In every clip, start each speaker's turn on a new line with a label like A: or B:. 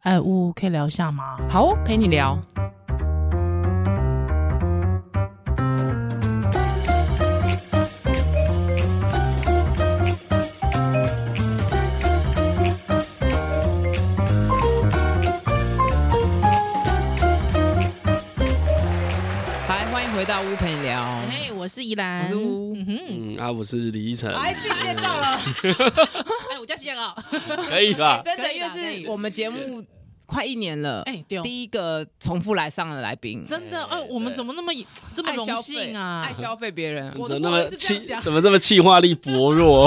A: 哎，呜，可以聊一下吗？
B: 好哦，陪你聊。来，欢迎回到屋陪你聊。
A: 哎，我是宜兰，
B: 我是乌
A: 嗯哼，
C: 嗯啊，我是李依晨，
A: 哎，自己介绍了， 哎，我叫谢哦，
C: 可以吧？
B: 真的，
A: 可以
B: 因为
A: 啦可以
B: 是我们节目快一年了，
A: 哎，对哦，
B: 第一个重复来上的来宾，
A: 真的，哎，我们怎么那么这么
B: 爱消
A: 荣
B: 费
A: 幸啊
B: 爱？消费别人。
A: 我的
C: 怎么那
A: 话
C: 么
A: 是这
C: 气
A: 样讲？
C: 怎么这么气化力薄弱？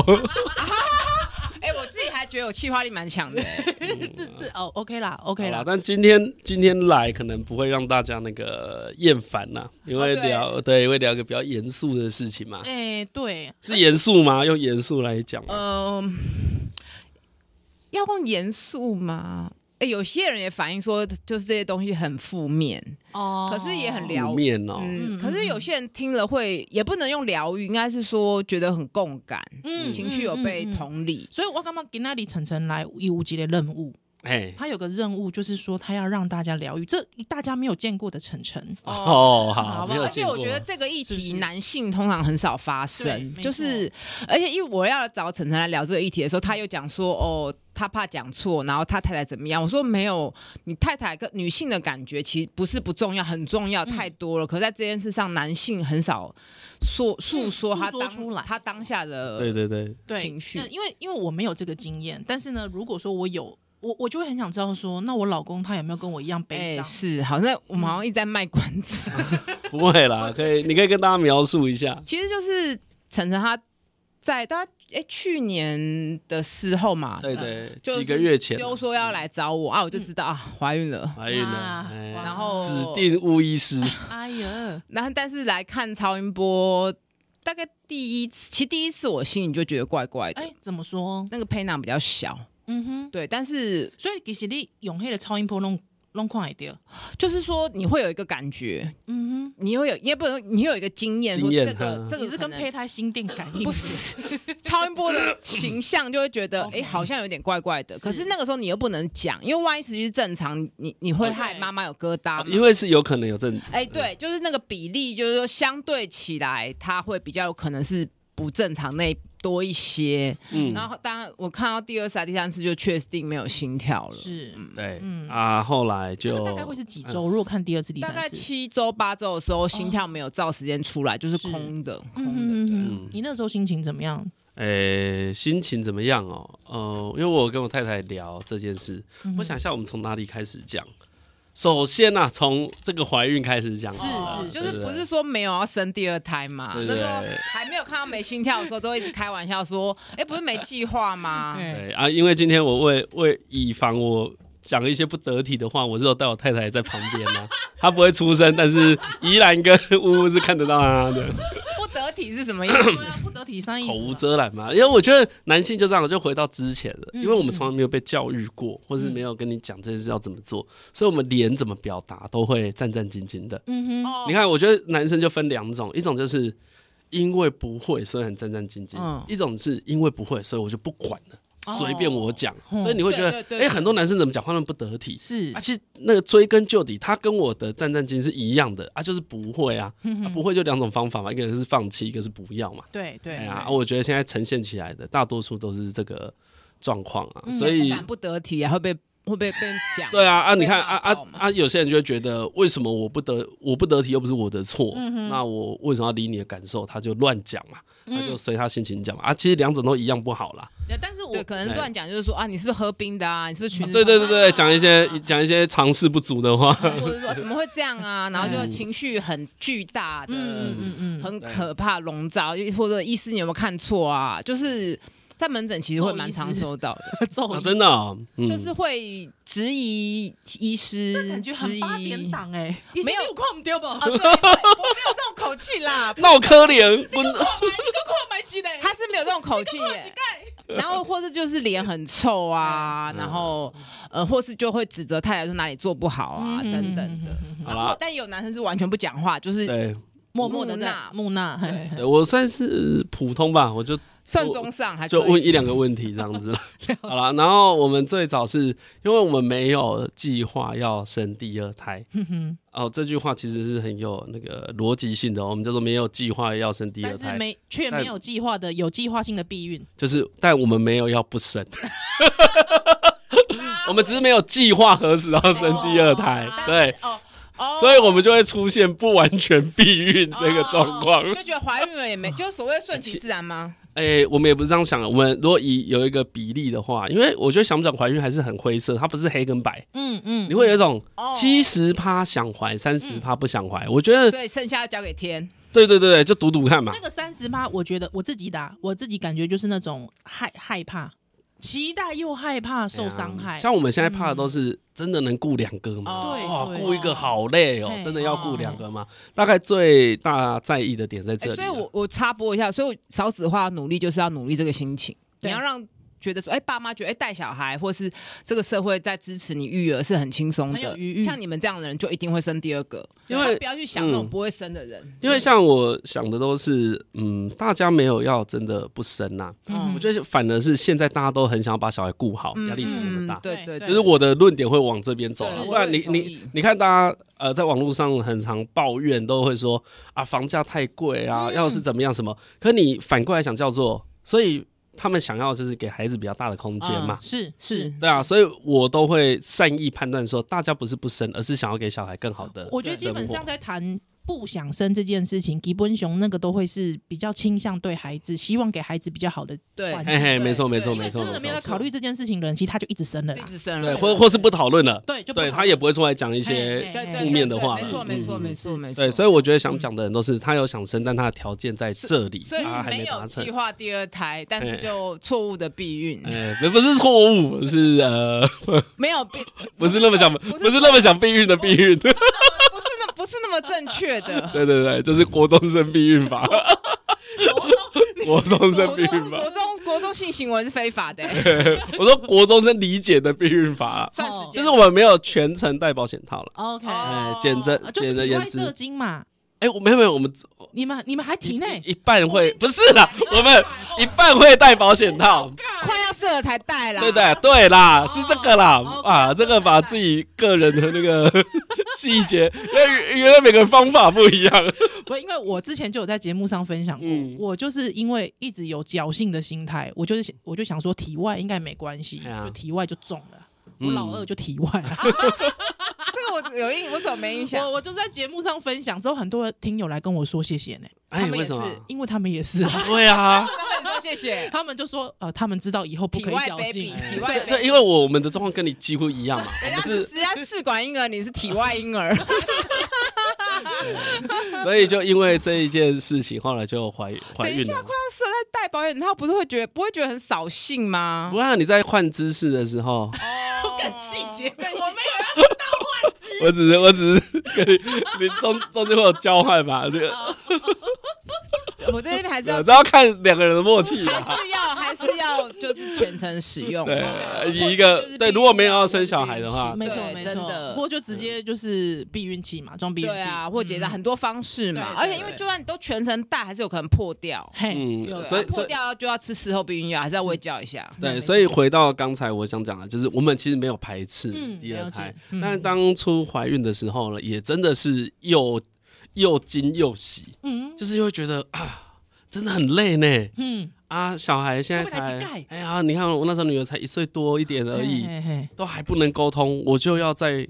B: 哎、我自己还觉得我气化力蛮强的、
A: 这这哦，OK 啦，OK
C: 好啦
A: 啦，
C: 但今天今天来可能不会让大家那个厌烦呐，因为
B: 哦对
C: 聊对，因为聊一个比较严肃的事情嘛，
A: 哎，对，
C: 是严肃吗？用严肃来讲吗，
B: 嗯，要用严肃吗？哎、有些人也反映说，就是这些东西很负面，
A: 哦，
B: 可是也很聊
C: 负面哦，
B: 嗯，
A: 嗯
B: 可是有些人听了会也不能用疗愈，应该是说觉得很共感，
A: 嗯
B: 情绪有被。
A: 嗯嗯嗯
B: 同理。
A: 所以我刚刚给那里晨晨来有级的任务，
C: 哎，
A: 他有个任务就是说他要让大家疗愈，这大家没有见过的晨晨，
C: 哦，
B: 好
C: 好，
B: 不
C: 没
B: 好？
C: 有啊
B: 而且
C: 见
B: 我
C: 过
B: 觉得这个议
A: 是不是
B: 题男性通常很少发生，
A: 对
B: 就是，而且因为我要找晨晨来聊这个议题的时候，他又讲说，哦，他怕讲错，然后他太太怎么样？我说没有，你太太跟女性的感觉其实不是不重要，很重要，太
A: 嗯
B: 多了。可在这件事上，男性很少说诉说
A: 嗯
B: 他
A: 诉
B: 当
A: 说出来
B: 他当下的
C: 对对对，
A: 对
B: 情绪
A: 那因为因为我没有这个经验，但是呢，如果说我有，我我就会很想知道说，那我老公他有没有跟我一样悲
B: 哎、
A: 伤？嗯
B: 是，好像我们好像一直在卖关子，
C: 不会啦，可以，你可以跟大家描述一下，
B: 其实就是晨晨他在大概哎、去年的时候嘛，
C: 对对，
B: 就是
C: 几个月前啊
B: 就说要来找我啊，
A: 嗯
B: 我就知道啊怀孕了，
C: 怀孕了
A: 哇，
C: 哎
A: 哇
B: 然后
C: 指定巫医师，
A: 哎呀，
B: 然后但是来看超音波，大概第一次，其实第一次我心里就觉得怪怪的，
A: 哎，怎么说？
B: 那个胚囊比较小，
A: 嗯哼，
B: 对，但是
A: 所以其实你用黑的超音波弄弄快一点，
B: 就是说你会有一个感觉，
A: 嗯哼。
B: 你会有，你也不能，你会有一个经验，
C: 经验
B: 说这个
C: 嗯
B: 这
A: 你
B: 个
A: 是
B: 可
A: 跟
B: 能
A: 胚胎心电感应
B: 不是 超音波的形象，就会觉得哎
A: OK
B: 好像有点怪怪的。
A: 哦是
B: 可是那个时候你又不能讲，因为万一实际是正常，你你会害
A: OK
B: 妈妈有疙瘩
A: 哦
B: 嘛。
C: 因为是有可能有症，
B: 哎、对，就是那个比例，就是说相对起来，它会比较有可能是不正常那多一些。
C: 嗯，
B: 然后，当然我看到第二次、第三次就确定没有心跳了，
A: 是，
C: 对，
A: 嗯
C: 啊，后来
A: 这
C: 就嗯
A: 个大概会是几周？如果看第二次、第
B: 大概
A: 三次，
B: 七周、八周的时候，心跳没有照时间出来，就是
A: 是
B: 空的，
A: 嗯
B: 空的。
A: 哼
B: 对
A: 嗯哼，你那时候心情怎么样？嗯
C: 诶、哎心情怎么样哦？呃，因为我有跟我太太聊这件事，
A: 嗯
C: 我想一 下，我们从哪里开始讲？首先呐、啊，从这个怀孕开始讲
A: 是
C: 好了，
A: 是
B: 就是不
C: 对
B: 是说没有要生第二胎嘛？
C: 对
B: 那
C: 对
B: 时候还没有看到没心跳的时候，都会一直开玩笑说：“哎、不是没计划吗？”
A: 对
C: 对啊？因为今天我为为以防我讲一些不得体的话，我是有带我太太在旁边啊，她不会出声，但是怡然跟呜呜是看得到啊她的，
B: 不得体是什么意思？
A: 对啊，不得体三意
C: 口无遮拦嘛。因为我觉得男性就这样，就回到之前了，
A: 嗯
C: 因为我们从来没有被教育
B: 嗯
C: 过，或是没有跟你讲这件事要怎么做，所以我们连怎么表达都会战战兢兢的。
A: 嗯哼，
B: 哦
C: 你，看，我觉得男生就分两种，一种就是因为不会，所以很战战兢兢；
B: 嗯
C: 一种是因为不会，所以我就不管了，随便我讲。
A: 哦
C: 所以你会觉得
B: 嗯对，对对嗯
C: 哎、很多男生怎么讲话那么不得体？
A: 是
C: 啊，，其实那个追根究底，他跟我的战战兢兢是一样的啊，就是不会啊，
B: 嗯
C: 啊不会就两种方法嘛，一个是放弃，一个是不要嘛。
A: 对对，
C: 哎呀、啊
A: 对
C: 我觉得现在呈现起来的大多数都是这个状况啊，
A: 嗯
C: 所以
B: 敢不得体啊，会被会被被人讲。
C: 对啊，啊，你看
B: 被
C: 啊
B: 骂
C: 啊
B: 爆嘛
C: 啊，有些人就会觉得，为什么我不得我不得体，又不是我的错，
B: 嗯
C: 那我为什么要理你的感受？他就乱讲嘛，
B: 嗯
C: 他就随他心情讲嘛。啊，其实两种都一样不好啦。
A: 对但是我
B: 对，可能
C: 对
B: 乱讲就是说啊，你是不是喝冰的啊？你是不是裙子？
C: 对对对 对，讲一些讲一些尝试不足的话，啊
B: 或者说怎么会这样啊？然后就情绪很巨大的，
A: 嗯嗯嗯嗯，
B: 很可怕笼罩，又或者医师你有没有看错啊？就是在门诊其实会蛮常收到的，
A: 很皱
C: 啊
A: 一
C: 真的哦、嗯
B: 就是会质疑医师，
A: 这感觉
B: 质
A: 很
B: 疑
A: 八点档哎、欸，
B: 没有
A: 看唔掉吧？
B: 啊，对，对我没有这种口气 啦。
C: 那我可怜， 我
A: 看买几嘞？
B: 他是没有这种口气耶，然后或是就是脸很臭啊，然后呃，或是就会指责太太说哪里做不好啊等等的。
A: 的，
C: 好
B: 然后
C: 啦，
B: 但有男生是完全不讲话，就是
C: 对
A: 默默的
B: 木
A: 在
B: 讷
A: 木讷，嘿嘿嘿
C: 对我算是普通吧，我就
B: 算中上还可以
C: 就问一 两个问题这样子。好了，然后我们最早是因为我们没有计划要生第二胎
A: 哼嗯哼，
C: 哦，这句话其实是很有那个逻辑性的哦、我们叫做没有计划要生第二
A: 但是
C: 胎，
A: 没却没有计划的有计划性的避孕，
C: 就是但我们没有要不生， 我们只是没有计划何时要生第二胎，
A: 哦
C: 对，，
A: 但是哦哦，
C: 所以我们就会出现不完全避孕这个状况。
B: 就觉得怀孕了也 没，就所谓顺其自然吗？
C: 哎、我们也不是这样想啊的。我们如果以有一个比例的话，因为我觉得想不想怀孕还是很灰色，它不是黑跟白，
A: 嗯嗯，
C: 你会有一种
B: 哦
C: 七十趴想怀，三十趴不想怀。我觉得
B: 所以剩下交给天。
C: 对对对对，就赌赌看嘛
A: 那。个三十趴，我觉得我自己打，我自己感觉就是那种害害怕、期待又害怕受伤害。
C: 啊嗯像我们现在怕的都是真的能顾两个吗？
A: 对
C: 哦，
A: 对
C: 顾一个
B: 啊哎
C: 好累哦
A: 嘿，
C: 真的要顾两个吗？大概最大在意的点在
B: 哎
C: 这里了。啊
B: 所以我我插播一下，所以我少子化努力就是要努力这个心情，你
A: 对
B: 要让觉得说，哎、爸妈觉得哎带、小孩或是这个社会在支持你育儿是很轻松
A: 很有
B: 的
A: 余，裕
B: 像你们这样的人就一定会生第二个，
C: 因为
B: 他不要去想那种
C: 嗯
B: 不会生的人，
C: 因为像我想的都是，嗯，大家没有要真的不生呐、
A: 嗯
C: 我觉得反而是现在大家都很想要把小孩顾好，
B: 嗯
C: 压力才那么大。
B: 对对
A: 对
C: 就是我的论点会往这边走了，
B: 是
C: 不然你
B: 我也同
C: 你
B: 意
C: 你看，大家呃在网络上很常抱怨，都会说啊房价太贵啊，要是怎么样什么，可你反过来想叫做，所以他们想要就是给孩子比较大的空间嘛，
A: 是
B: 是
A: 是，
C: 对啊，所以我都会善意判断说，大家不是不生，而是想要给小孩更好的生活。
A: 我觉得基本上在谈不想生这件事情，吉本雄那个都会是比较倾向对孩子，希望给孩子比较好的
B: 对
A: 环
C: 嘿
A: 境。
C: 嘿，没错
B: 对
C: 没错
B: 因
A: 因
C: 没
A: 为
C: 错
A: 真
C: 没
A: 的没有
C: 错
A: 在，考虑这件事情的人，其实他就一直生了
B: 一
A: 啦。
B: 直生了，
C: 对，或或是不讨论了，
A: 对，就不
C: 对
A: 讨
C: 他
A: 论
C: 也不会出来讲一
A: 嘿
C: 些
A: 嘿
B: 对对
C: 负面的话
B: 对没错
C: 嗯
B: 没错
C: 嗯
B: 没错没错，
C: 对，所以我觉得想讲的人都是他有想生，但他的条件在这里，
B: 所以
C: 他
B: 是
C: 还
B: 没有
C: 达成
B: 计。划第二胎，但
C: 哎
B: 是就错误的避孕，
C: 哎，不不是错误，是呃，
B: 没有呃避，
C: 不是那么想，
B: 不
C: 不是那么想避孕的避孕，对
B: 不是那不是那么正确的。
C: 对对，就是国中生避孕法， 国中生避
B: 国
C: 孕
B: 中
C: 法
B: 国，中国中性行为是非法的、
C: 哦我说国中生理解的避孕法，啊
B: 算时间
C: 就是我们没有全程戴保险套了，
A: OK，
B: 哦
C: 哎，简真
A: 啊就
C: 简
A: 是
C: 而
A: 体
C: 言
A: 外射
C: 之，
A: 精嘛。
C: 哎，我没有没有，我们
A: 你们你们还体内
C: 一一半会不是啦，我们一半会戴保险套，
B: 快要射了才戴啦。
C: 对的，对啦，是这个啦
A: 哦，
C: 啊，这个把自己个人的那个 细节，原原来每个人方法不一样，
A: 不，因为我之前就有在节目上分享过，
C: 嗯
A: 我就是因为一直有侥幸的心态，我就是想我就想说体外应该没关系，
C: 哎呀
A: 就体外就中了，我
C: 嗯啊
A: 老二就体外了。
B: 这个我有印，我怎么没印象？
A: 我我就在节目上分享之后，很多听友来跟我说谢谢呢，
C: 哎，
B: 他们
C: 为
B: 也
C: 什么
B: 是
C: 啊？
A: 因为他们也是、啊，
C: 对啊，
B: 那你说谢谢。
A: 他们就说呃，他们知道以后不可以
B: 体外
A: 侥幸
B: baby，体外哎
C: 对
B: baby
C: 对，因为我们的状况跟你几乎一样嘛，我
B: 人家
C: 们是，
B: 人家试管婴儿，你是体外婴 儿，
C: 所以就因为这一件事情，后来就怀怀
B: 等一
C: 孕
B: 下
C: 了
B: 快。要射再戴保险套，不是会觉得不会觉得很扫兴吗
C: 不？然你在换姿势的时
B: 哦
C: 候，
A: 更细节
B: 更细节
C: 我只是我只是跟你你中 中间会有交换嘛，这个
B: 我哦在这哦边还是要
C: 这要看两个人的默契啦。
B: 还是要还是要就是全程使用。
C: 对
B: 哦
C: 以哎一个
B: 或者就是
C: 对
B: 避
C: 如果没有
B: 孕
C: 要
B: 药
C: 生
B: 或者
C: 小
B: 避
C: 孩的
B: 孕
C: 话
B: 器
A: 没错
B: 对
A: 没
B: 真
A: 错，
B: 的
A: 不过就直接就是避孕器嘛，装避孕嗯器
B: 对啊，或
C: 嗯
B: 结扎很多方式嘛，
A: 对对
B: 而且因为
A: 对
B: 就算你都全程戴，还是有可能破掉。
A: 嘿，
C: 嗯
A: 有
C: 所以
A: 啊
B: 破掉就要吃事后避孕药，还是要喂教一下。
C: 对，
A: 没
C: 所以回到刚才我想讲的，就是我们其实没有排斥
A: 嗯
C: 第二
A: 了解
C: 胎，
A: 嗯
C: 但当初怀孕的时候呢，也真的是又又惊又喜，
A: 嗯
C: 就是又觉得啊，真的很累呢
A: 嗯
C: 啊，小孩现在
A: 会不会来乞
C: 才
A: 丐
C: 哎呀，你看我那时候女儿才一岁多一点而已，
A: 嘿嘿
C: 都还不能沟通，我就要再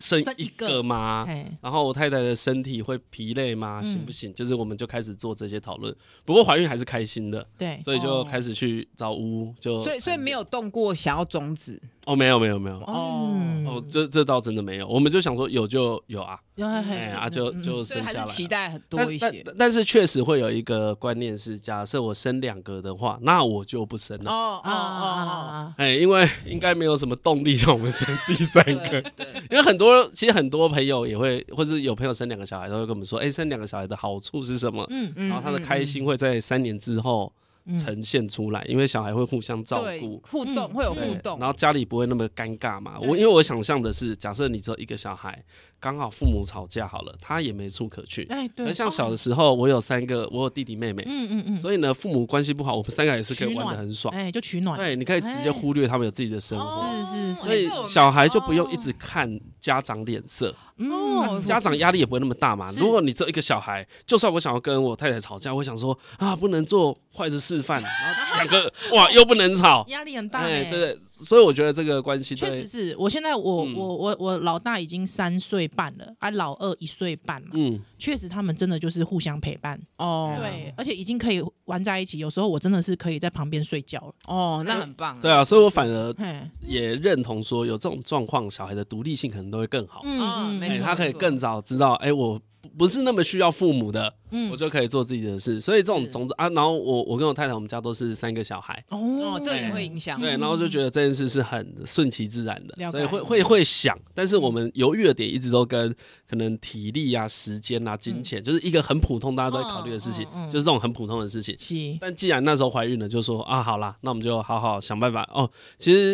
C: 生
A: 生
C: 一
A: 一
C: 个
A: 个
C: 吗？
A: 嘿
C: 然后我太太的身体会疲累吗？
A: 嗯
C: 行不行？就是我们就开始做这些讨论。不过怀孕还是开心的，
A: 对，哦
C: 所以就开始去找屋，就
B: 所以所以没有动过想要终止，
C: 哦，没有没有没有，
B: 哦
A: 嗯
C: 哦，这这倒真的没有，我们就想说有就有啊，
A: 有还还嗯
C: 哎啊就就
B: 所以
C: 生
B: 还
C: 下来
B: 是
C: 了。
B: 期待很多
C: 但
B: 一
C: 但
B: 些。
C: 但是确实会有一个观念是，假设我生两个的话，那我就不生
B: 哦
C: 了，
B: 哦
A: 啊啊
B: 哦哦，
A: 啊，
C: 哎、因为应该没有什么动力让我们生第三
B: 对
C: 个。因为很多其实很多朋友也会，或者有朋友生两个小孩都会跟我们说，哎、生两个小孩的好处是什么？
A: 嗯
B: 嗯
C: 然后他的
B: 嗯
C: 开心会在三年之后呈现出来，因为小孩会互相照
B: 对
C: 顾。
B: 互动、
A: 嗯
B: 会有
C: 对
B: 互动，哦
C: 然后家里不会那么尴尬嘛？
B: 对
C: 我因为我想象的是，假设你只有一个小孩，刚好父母吵架好了，他也没处可去。
A: 哎，对，
C: 而像小的
A: 哦，
C: 时候，我有三个，我有弟弟妹妹，
A: 嗯嗯嗯，
C: 所以呢，父母关系不好，我们三个也是可以玩的很爽。
A: 哎，就取暖，
C: 对，你可以直接忽略他们有自己的生活，
A: 哦是是是
B: 哎
C: 所以
B: 这我们
C: 小孩就不用一直看家长脸色，
A: 嗯
B: 哦，
C: 家长压力也不会那么大嘛。
A: 是
C: 如果你只有一个小孩，就算我想要跟我太太吵架，我会想说啊，不能做坏的示范，然后两个哇又不能吵，
A: 压力很大
C: 哎，
A: 哎，
C: 对对，所以我觉得这个关系
A: 确
C: 对
A: 实，是我现在我、
C: 嗯
A: 我我我老大已经三岁半了，啊老二一岁半嘛，
C: 嗯，
A: 确实他们真的就是互相陪伴，
B: 哦，
A: 对，而且已经可以玩在一起，有时候我真的是可以在旁边睡觉了，
B: 哦，那很棒，
C: 对啊，所以我反而
A: 嘿，
C: 也认同说，有这种状况，小孩的独立性可能都会更
A: 嗯
C: 好。
B: 哦没
C: 哎，
B: 错
C: 他可以
B: 没错
C: 更早知道，哎、我不不是那么需要父母的，
A: 嗯
C: 我就可以做自己的事。所以这种
A: 是
C: 种子啊，然后我我跟我太太，我们家都是三个小孩，
A: 哦
B: 哦，这也会影响，
C: 对，
A: 嗯
C: 然后就觉得这件事是很顺其自然的，
A: 了解
C: 所以会会会想，但是我们犹豫的点一直都跟可能体力啊、时间啊、金钱，就是一个很普通大家都会考虑的事情，
A: 嗯嗯嗯嗯
C: 就是这种很普通的事情。
A: 是
C: 但既然那时候怀孕了，就说啊，好啦，那我们就好好想办法哦。其实，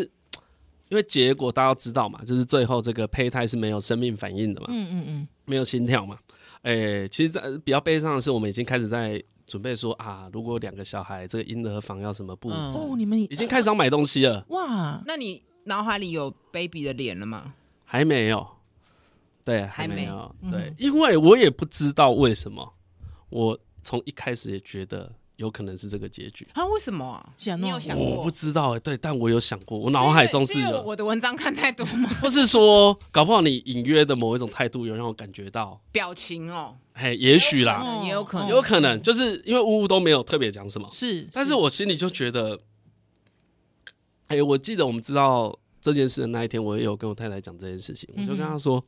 C: 因为结果大家要知道嘛，就是最后这个胚胎是没有生命反应的嘛，
A: 嗯嗯嗯，
C: 没有心跳嘛。诶、其实在比较悲伤的是，我们已经开始在准备说啊，如果两个小孩这个婴儿房要什么布置，
B: 嗯
A: 哦，你们
C: 已经开始要买东西了，
A: 哇，
B: 那你脑海里有 baby 的脸了吗？
C: 还没有，对，还
B: 还
C: 没
B: 没
C: 有，
A: 嗯
C: 对，因为我也不知道为什么，我从一开始也觉得有可能是这个结局。
B: 啊，为什么啊？
A: 想
B: 你
A: 弄
B: 有想过？
C: 我不知道哎、对，但我有想过，我脑海中
B: 是
C: 是
B: 因为
C: 有，
B: 我的文章看太多 吗？
C: 或是说，搞不好你隐约的某一种态度有让我感觉到，
B: 表情哦，
C: 嘿，也许啦，
A: 哦
B: 也有可能
C: 有可能，就是因为呜呜都没有特别讲什么，
A: 是，
C: 但是我心里就觉得，哎、我记得我们知道这件事的那一天，我也有跟我太太讲这件事情，
A: 嗯
C: 我就跟她说。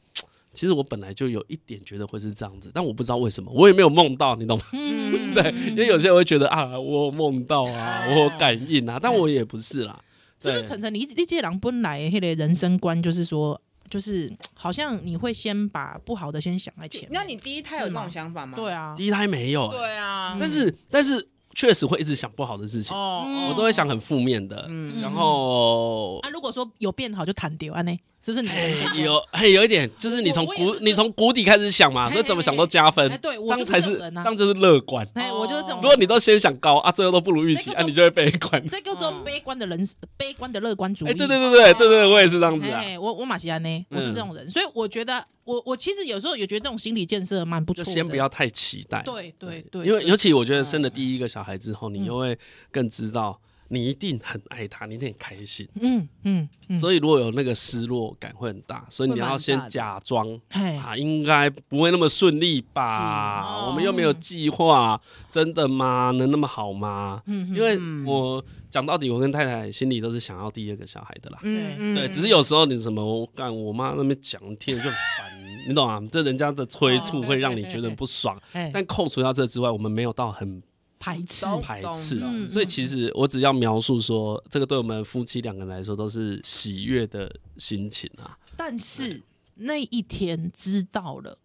C: 其实我本来就有一点觉得会是这样子，但我不知道为什么，我也没有梦到，你懂吗？
A: 嗯， 哎
C: 对，因为有些人会觉得啊，我有梦到啊，我有感应啊，但我也不是啦。
A: 是不是
C: 对
A: 晨晨，你你这人本来迄个人生观就是说，就是好像你会先把不好的先想在前面，
B: 那你第一胎有这种想法吗？
A: 对啊，
C: 第一胎没有、欸
B: 对啊，
C: 但是但是确实会一直想不好的事情，
B: 哦，
A: 嗯
C: 我都会想很负面的，
B: 嗯
C: 然后。
A: 啊，如果说有变好就坦丢安呢，是不是你的
C: 哎
A: 人生观？
C: 有嘿，有一点就是你从
A: 我我也
C: 谷
A: 是
C: 你从谷底开始想嘛，
A: 嘿
C: 所以怎么想都加分
A: 哎，，对
C: 这
A: 我
C: 样
A: 就是
C: 才
A: 这
C: 是
A: 种
C: 这
A: 人啊
C: 样就是乐观。
A: 哎，我就是这种
C: 如
A: 人。
C: 果你都先想高啊，最后都不如预期，
A: 这个
C: 啊，
A: 都
C: 你就会悲观。
A: 这叫做悲观的人，悲观的乐观主义。
C: 哎，对对对对对对，我也是这样子啊，
A: 哎，我我马西安呢，我是这种人，所以我觉得我我其实有时候也觉得这种心理建设蛮不错
C: 就
A: 的。
C: 先不要太期待。
A: 对对对，嗯
C: 因为尤其我觉得生了第一个小孩之后，你就会更知道你一定很爱他，你一定很开心。
A: 嗯嗯，嗯
C: 所以如果有那个失落感会很大，所以你
B: 会蛮
C: 要
B: 大
C: 先
B: 的
C: 假装
A: 嘿
C: 啊，应该不会那么顺利吧？
B: 是哦
C: 我们又没有计划，真的吗？能那么好吗？
A: 嗯，
C: 因为我讲到底，我跟太太心里都是想要第二个小孩的啦。
B: 嗯
A: 对
C: 对，只是有时候你什么，我干我妈那边讲，听着就很烦，你懂吗、啊？这人家的催促
A: 哦
C: 会让你觉得很不爽。
A: 哎
C: 但扣除掉这之外，我们没有到很
A: 排斥
B: 懂
C: 排斥
B: 懂
A: 懂，
C: 所以其实我只要描述说，这个对我们夫妻两个人来说都是喜悦的心情啊。
A: 但是那一天知道了，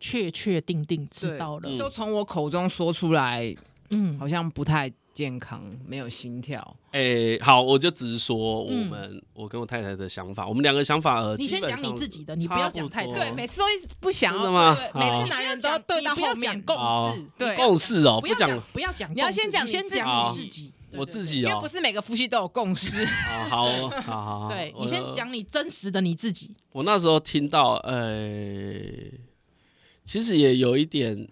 A: 确确定定知道了，
B: 就从我口中说出来，
A: 嗯，
B: 好像不太健康，没有心跳。
C: 诶、好，我就只是说我
A: 嗯
C: 们、我跟我太太的想法，我们两个想法呃，
A: 你
C: 基
A: 先
C: 本
A: 讲你
C: 上
A: 自己的你不要
C: 差
A: 讲
C: 多
A: 太太
B: 对，每次都一直不想要
C: 哦真的吗啊
B: 对对每
C: 好
B: 次男人都对到
A: 不要
B: 后
A: 讲
B: 面，
A: 共识，
B: 对
C: 共识哦、
A: 不
C: 不
A: 要
C: 讲
A: 讲不要讲共识，
B: 你要先讲
A: 你先
B: 你自己
A: 讲你自己，对
C: 我
A: 对
C: 自
A: 对
C: 己
B: 因
C: 哦、
B: 为不是每个夫妻都有共 识。
C: 好好 好好好，
A: 对
C: 哦我
A: 你先。讲你真实的你自己，
C: 我那时候听到，呃，其实也有一点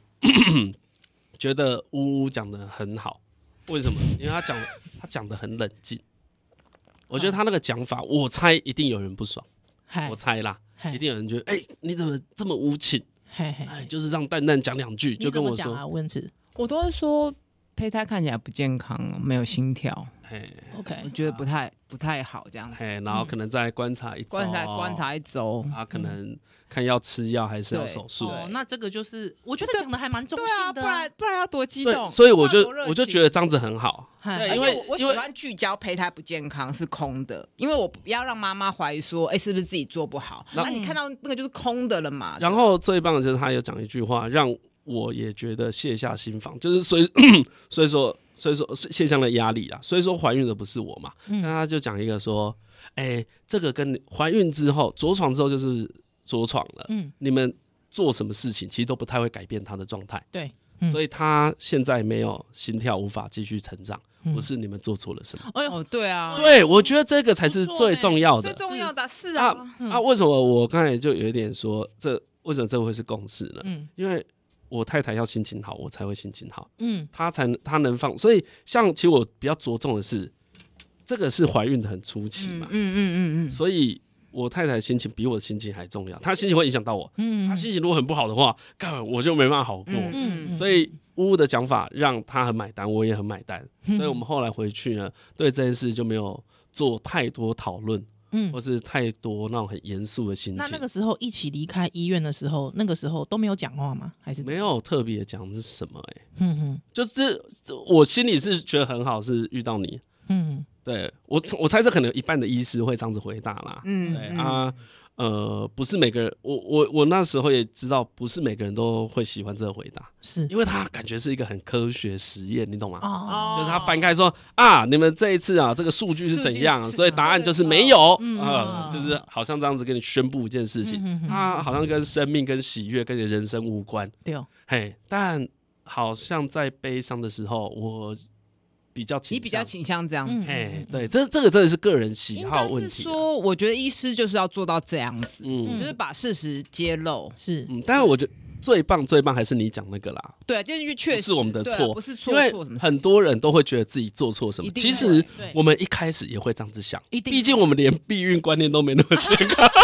C: 觉得呜呜讲的很好，为什么？因为他讲他讲的很冷静，我
A: 嗯
C: 觉得他那个讲法，我猜一定有人不爽，
A: 嗨
C: 我猜啦，
A: 嗨
C: 一定有人觉得，哎、你怎么这么无情？
A: 嗨嗨
C: 哎，
A: 嗨，
C: 就是让蛋蛋讲两句，
A: 你
C: 就
A: 怎
C: 跟
A: 么
C: 我
A: 讲
C: 说，
A: 啊，温子
B: 我都会说胚胎看起来不健康，没有心跳，
C: 哎
B: 我
A: ，OK，
B: 觉得不太不太好这样子。
C: 哎，然后可能再观察一周
B: 观察观察一周，
C: 啊，可能看要吃药还是哎要
B: 对
C: 手术。
A: 嗯哦，那这个就是我觉得讲的还蛮中
B: 对啊，
A: 性
B: 不
A: 的啊，
B: 然不然要多激动。
C: 对，所以我就
B: 多热情
C: 我就觉得这样子很好，
A: 嗨
B: 嗯而
C: 对
B: 且
C: 因为
B: 我我喜
C: 因为
B: 欢聚焦胚胎不健康是空的，因为我不要让妈妈怀疑说，哎、是不是自己做不好？
C: 那
B: 那你看到那个就是空的了
A: 啊
B: 嘛？
C: 然后最棒的 就是他有讲一句话，让我也觉得卸下心防，就是虽虽说所以说是现象的压力啦。所以说怀孕的不是我嘛，
A: 嗯
C: 那他就讲一个说，哎、这个跟你怀孕之后着床之后就是着床了，
A: 嗯，
C: 你们做什么事情其实都不太会改变他的状态，
A: 对，嗯
C: 所以他现在没有心跳无法继续成长，
A: 嗯
C: 不是你们做错了什么。
A: 哎呦，
B: 嗯哦，对啊，
C: 对，我觉得这个才是最重要
B: 最
C: 的。
B: 重要的是
C: 啊
B: 啊，
A: 嗯
C: 啊，为什么我刚才就有一点说这为什么这会是共识呢？
A: 嗯
C: 因为我太太要心情好，我才会心情好，
A: 嗯
C: 她才能她能放。所以像其实我比较着重的是，这个是怀孕的很初期
B: 嗯
C: 嘛
B: 嗯，嗯嗯嗯，
C: 所以我太太心情比我的心情还重要，她心情会影响到我。
A: 嗯，
C: 她心情如果很不好的话，干我就没办法好过。
B: 嗯
A: 嗯，
C: 所以呜呜的讲法让她很买单，我也很买单。
A: 嗯
C: 所以我们后来回去呢，对这件事就没有做太多讨论，
A: 嗯
C: 或，是太多那种很严肃的心
A: 那那
C: 情，
A: 个时候一起离开医院的时候，那个时候都没有讲话吗？还是
C: 没？有特别讲是什么、欸。
A: 嗯
C: 就是我心里是觉得很好，是遇到你。
A: 嗯嗯
C: 对我，我猜这可能有一半的医师会这样子回答啦。
B: 嗯
C: 对啊，呃，不是每个人，我我我那时候也知道，不是每个人都会喜欢这个回答，
A: 是
C: 因为他感觉是一个很科学实验，你懂吗？
A: 哦，
C: 就是他翻开说啊，你们这一次啊，这个数据是怎样，
B: 数据是
C: 所以答案就是没有，
A: 嗯
C: 呃，就是好像这样子跟你宣布一件事情，
A: 嗯嗯嗯
C: 啊，好像跟生命、跟喜悦、跟你的人生无关。
A: 对哦，
C: 嘿，但好像在悲伤的时候，我比较倾向
B: 你比较，倾向这样子。
A: 嗯
C: 啊嘿，，对，这这个真的是个人喜
B: 应
C: 好
B: 该
C: 问
B: 是
C: 题啊、
B: 说，我觉得医师就是要做到这样子，
C: 嗯
A: 嗯
B: 就是把事实揭露。
A: 是
C: 嗯，但是我觉得最棒最棒还是你讲那个啦，
B: 对，就是因为确实
C: 不是我们的
B: 对啊
C: 错
B: 不是
C: 因
B: 做
C: 为
B: 错什么事情
C: 很多人都会觉得自己做错什么
B: 一，定
C: 其
B: 会
C: 实
A: 对
C: 我们一开始也会这样子想，
A: 一定
C: 毕竟我们连避孕观念都没那么健康。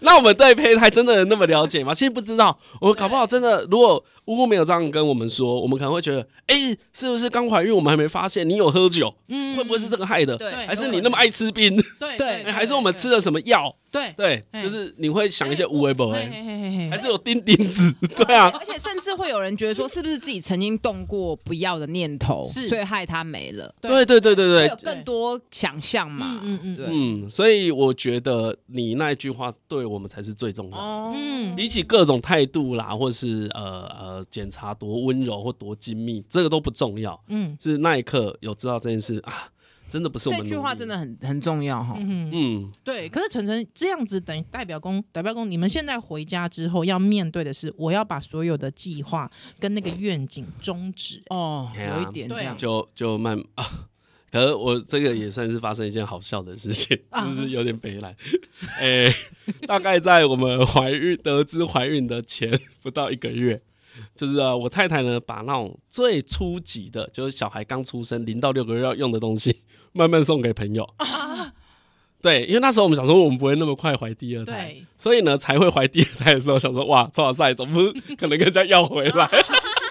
C: 那我们对胚胎真的那么了解吗？其实不知道，我们搞不好真的，如果呜呜没有这样跟我们说，我们可能会觉得，哎、是不是刚怀孕我们还没发现你有喝酒？
A: 嗯
C: 会不会是这个害的？
B: 对
A: 对
C: 还是你那么爱吃冰？
A: 对
B: 对
C: 还是我们吃了什么药？
A: 对
C: 对，
A: 哎
C: 就是你会想一些无为不
A: 嘿
C: 为，
A: 嘿嘿嘿
C: 还是有钉钉子？ 对啊，
B: 而且甚至会有人觉得说，是不是自己曾经动过不要的念头，
A: 是
B: 所以害他没了，
C: 对对对对
B: 会
C: 对
B: 有，更多想象嘛？
A: 嗯嗯嗯
B: 对，
C: 嗯，所以我觉得你那一句话对我们才是最重要的。
B: 哦
A: 嗯
C: 比起各种态度啦，或是呃呃检查多温柔或多精密，这个都不重要。
A: 嗯
C: 是那一刻有知道这件事啊，真的不是我
B: 这
C: 们
B: 句
C: 努
B: 话
C: 力
B: 真的，很很重要哈。
A: 嗯嗯，
C: 嗯，
A: 对。可是晨晨这样子，等于代表公代表公，你们现在回家之后要面对的是，我要把所有的计划跟那个愿景终止。
B: 哦，
C: 哎呀
B: 有一点这样，
C: 就就慢 啊。可是我这个也算是发生一件好笑的事情，
A: 啊
C: 就是有点悲哀。哎、大概在我们怀孕得知怀孕的前不到一个月，就是、啊、我太太呢把那种最初级的，就是小孩刚出生零到六个月要用的东西， 慢慢送给朋友。
A: 啊
C: 对，因为那时候我们想说我们不会那么快怀第二胎，
A: 对，
C: 所以呢才会怀第二胎的时候想说哇，哇塞，总不可能跟人家要回来，